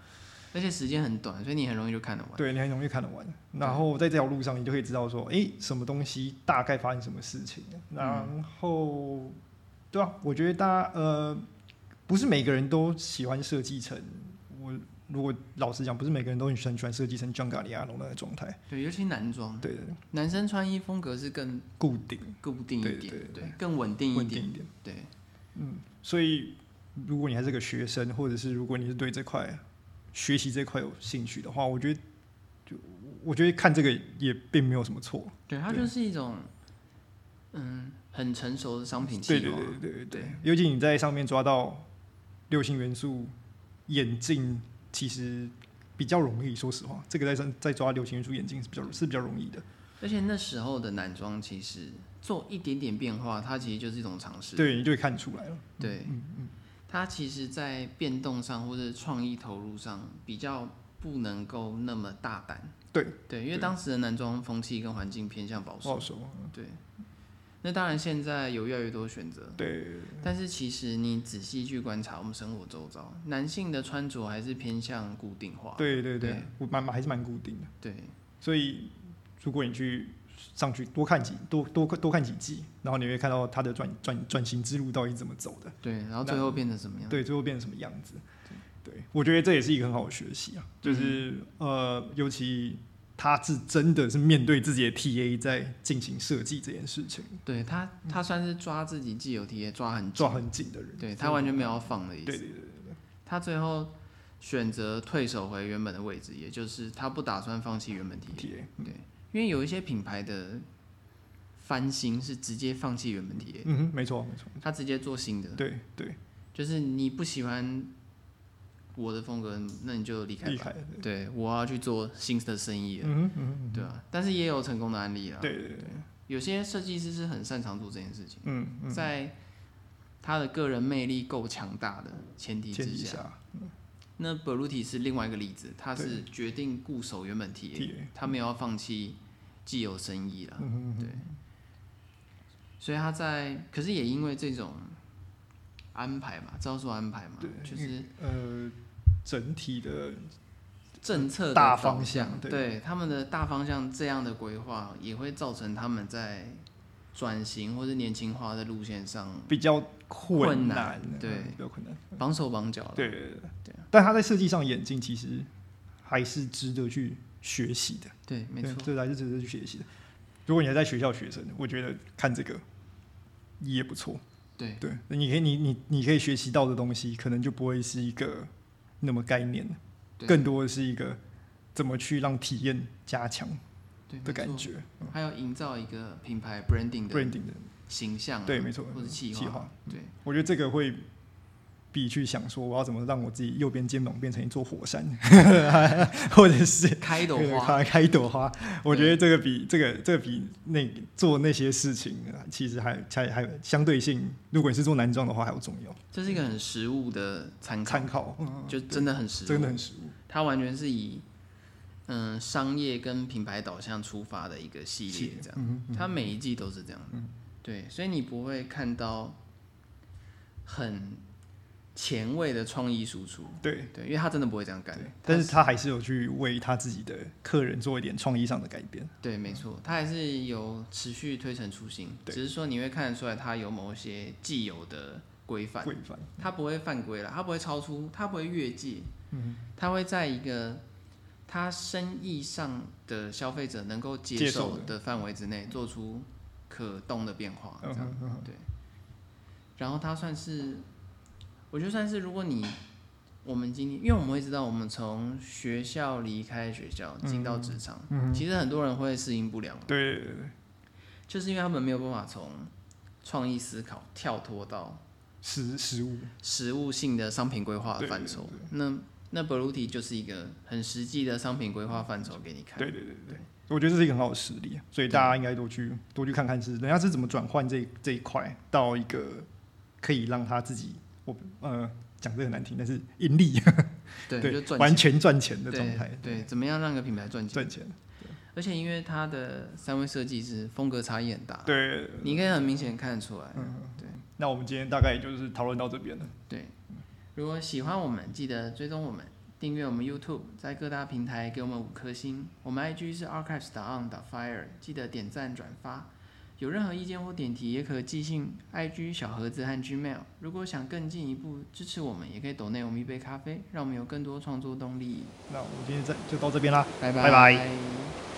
Speaker 2: 而且时间很短，所以你很容易就看得完。
Speaker 1: 对，你很容易看得完。然后在这条路上，你就可以知道说，诶，什么东西大概发生什么事情。然后，对啊，我觉得大家呃，不是每个人都喜欢设计成我。如果老实讲，不是每个人都很喜欢喜欢设计成 g i a n g a l i a n o 那个状态，
Speaker 2: 对，尤其男装，
Speaker 1: 对的，
Speaker 2: 男生穿衣风格是更
Speaker 1: 固定
Speaker 2: 固定一
Speaker 1: 对
Speaker 2: 点，
Speaker 1: 对对
Speaker 2: 更稳定一
Speaker 1: 稳定
Speaker 2: 点，
Speaker 1: 一点。
Speaker 2: 对。
Speaker 1: 嗯，所以如果你还是个学生，或者是如果你是对这块学习这块有兴趣的话，我觉得就我觉得看这个也并没有什么错。
Speaker 2: 对，它
Speaker 1: 对
Speaker 2: 就是一种嗯很成熟的商品计
Speaker 1: 对
Speaker 2: 划。
Speaker 1: 对对对对对
Speaker 2: 对，
Speaker 1: 尤其你在上面抓到六星元素眼镜，其实比较容易。说实话，这个在上在抓流行元素眼镜是比较是比较容易的。
Speaker 2: 而且那时候的男装其实做一点点变化，它其实就是一种尝试。
Speaker 1: 对，你就会看出来了。
Speaker 2: 对，它其实，在变动上或者创意投入上比较不能够那么大胆。
Speaker 1: 对
Speaker 2: 对，因为
Speaker 1: 对哦
Speaker 2: 当时的男装风气跟环境偏向保
Speaker 1: 不好
Speaker 2: 守。
Speaker 1: 说。
Speaker 2: 对，那当然现在有越来越多选择，
Speaker 1: 对
Speaker 2: 但是其实你仔细去观察我们生活周遭，男性的穿着还是偏向固定化。
Speaker 1: 对对对
Speaker 2: 对，
Speaker 1: 我蛮蛮还是蛮固定的。
Speaker 2: 对
Speaker 1: 所以如果你去上去多看几多多多看几季，然后你会看到它的转转转型之路到底怎么走的。
Speaker 2: 对，然后最后变成什么样？
Speaker 1: 对，最后变成什么样子？对，我觉得这也是一个很好的学习啊，就是、
Speaker 2: 嗯
Speaker 1: 呃，尤其他是真的是面对自己的 TA 在进行设计这件事情，
Speaker 2: 对他，他算是抓自己既有体验抓很
Speaker 1: 抓
Speaker 2: 紧，
Speaker 1: 很紧的人，
Speaker 2: 对他完全没有要放的意
Speaker 1: 对
Speaker 2: 思。
Speaker 1: 对对对
Speaker 2: 他最后选择退守回原本的位置，也就是他不打算放弃原本体验，
Speaker 1: ，TA，
Speaker 2: 因为有一些品牌的翻新是直接放弃原本体验，
Speaker 1: 嗯哼，没错没错，
Speaker 2: 他直接做新的，
Speaker 1: 对对，
Speaker 2: 就是你不喜欢我的风格，那你就离开
Speaker 1: 厉
Speaker 2: 吧。
Speaker 1: 害，对
Speaker 2: 对，我要去做新的生意了，
Speaker 1: 嗯嗯哼嗯
Speaker 2: 对啊，但是也有成功的案例啊
Speaker 1: 哼，。对对对，
Speaker 2: 有些设计师是很擅长做这件事情。
Speaker 1: 嗯嗯，
Speaker 2: 在他的个人魅力够强大的前提
Speaker 1: 前
Speaker 2: 之
Speaker 1: 提
Speaker 2: 下，
Speaker 1: 下
Speaker 2: 那 Beruti 是另外一个例子，他
Speaker 1: 对
Speaker 2: 是决定固守原本体验，
Speaker 1: TA，
Speaker 2: 他没有要放弃既有生意了，
Speaker 1: 嗯哼
Speaker 2: 对，所以他在，可是也因为这种安排嘛，招数安排嘛
Speaker 1: 对，
Speaker 2: 就是
Speaker 1: 呃，整体的
Speaker 2: 政策的
Speaker 1: 大
Speaker 2: 导
Speaker 1: 方向
Speaker 2: 向
Speaker 1: 对
Speaker 2: 对他们的大方向这样的规划，也会造成他们在转型或者年轻化的路线上
Speaker 1: 比较
Speaker 2: 困
Speaker 1: 困
Speaker 2: 难
Speaker 1: 嗯
Speaker 2: 对
Speaker 1: 比较困难。
Speaker 2: 绑手绑脚了，啊
Speaker 1: 对对对对，但他在设计上演进其实还是值得去学习的，
Speaker 2: 对，没错
Speaker 1: 对。这还是值得去学习的。如果你还在学校学生，我觉得看这个也不错。
Speaker 2: 对
Speaker 1: 对，你可以你你你可以学习到的东西，可能就不会是一个那么概念，
Speaker 2: 对
Speaker 1: 更多的是一个怎么去让体验加强
Speaker 2: 对
Speaker 1: 的
Speaker 2: 没
Speaker 1: 感
Speaker 2: 错
Speaker 1: 觉嗯
Speaker 2: 还有营造一个品牌 branding 的
Speaker 1: ，branding 的
Speaker 2: 形象、啊，
Speaker 1: 对，没错，
Speaker 2: 或者企
Speaker 1: 计划，嗯
Speaker 2: 对，
Speaker 1: 我觉得这个会比去想说我要怎么让我自己右边肩膀变成一座火山， 或者是
Speaker 2: 开一 朵
Speaker 1: 对
Speaker 2: 花，
Speaker 1: 开开一朵花，我觉得这个比这个这个比那做那些事情其实还还还相对性，如果你是做男装的话还要重要，
Speaker 2: 这是一个很实物的参考，
Speaker 1: 参考，嗯
Speaker 2: 就真的很实物，
Speaker 1: 真的很实物，
Speaker 2: 它完全是以嗯商业跟品牌导向出发的一个系列这样，
Speaker 1: 嗯
Speaker 2: 它每一季都是这样的，对，所以你不会看到很前卫的创意输出，
Speaker 1: 对。
Speaker 2: 对，因为他真的不会这样干
Speaker 1: 对，，
Speaker 2: 它
Speaker 1: 但是他还是有去为他自己的客人做一点创意上的改变。
Speaker 2: 对，没错，它还是有持续推陈出新，
Speaker 1: 对
Speaker 2: 只是说你会看得出来它有某些既有的规范，
Speaker 1: 规范，
Speaker 2: 它不会犯规了，它不会超出，它不会越界，嗯，它会在一个它生意上的消费者能够接
Speaker 1: 接受
Speaker 2: 受
Speaker 1: 的
Speaker 2: 的范围之内做出可动的变化，这
Speaker 1: 嗯
Speaker 2: 样
Speaker 1: 哼嗯哼
Speaker 2: 对。然后它算是，我觉得算是，如果你我们今天，因为我们会知道，我们从学校离开学校进到职场，
Speaker 1: 嗯
Speaker 2: 其实很多人会适应不良，
Speaker 1: 对对对对，
Speaker 2: 就是因为他们没有办法从创意思考跳脱到
Speaker 1: 食食物，
Speaker 2: 实物性的商品规划的
Speaker 1: 对
Speaker 2: 范畴。那那 Beluti 就是一个很实际的商品规划范畴给你看。
Speaker 1: 对对对对，我觉得这是一个很好的实例，所以大家应该多去多去看看是人家是怎么转换这这一块到一个可以让他自己我呃讲这个很难听，但是盈利
Speaker 2: 对，就赚
Speaker 1: 完
Speaker 2: 钱
Speaker 1: 全赚钱的状
Speaker 2: 对
Speaker 1: 态，
Speaker 2: 对，怎么样让个品牌赚钱？
Speaker 1: 赚钱，
Speaker 2: 而且因为它的三位设计师风格差异很大，
Speaker 1: 对。嗯
Speaker 2: 你可以很明显看得出来。对
Speaker 1: 那我们今天大概也就是讨论到这边了，
Speaker 2: 对，如果喜欢我们，记得追踪我们。订阅我们 YouTube，在各大平台给我们五颗星。我们 IG 是 archives on fire，记得点赞转发。有任何意见或点题，也可寄信 IG 小盒子和 Gmail。如果想更进一步支持我们，也可以抖内我们一杯咖啡，让我们有更多创作动力。
Speaker 1: 那我们今天在就到这边啦。
Speaker 2: 拜
Speaker 1: 拜拜
Speaker 2: 拜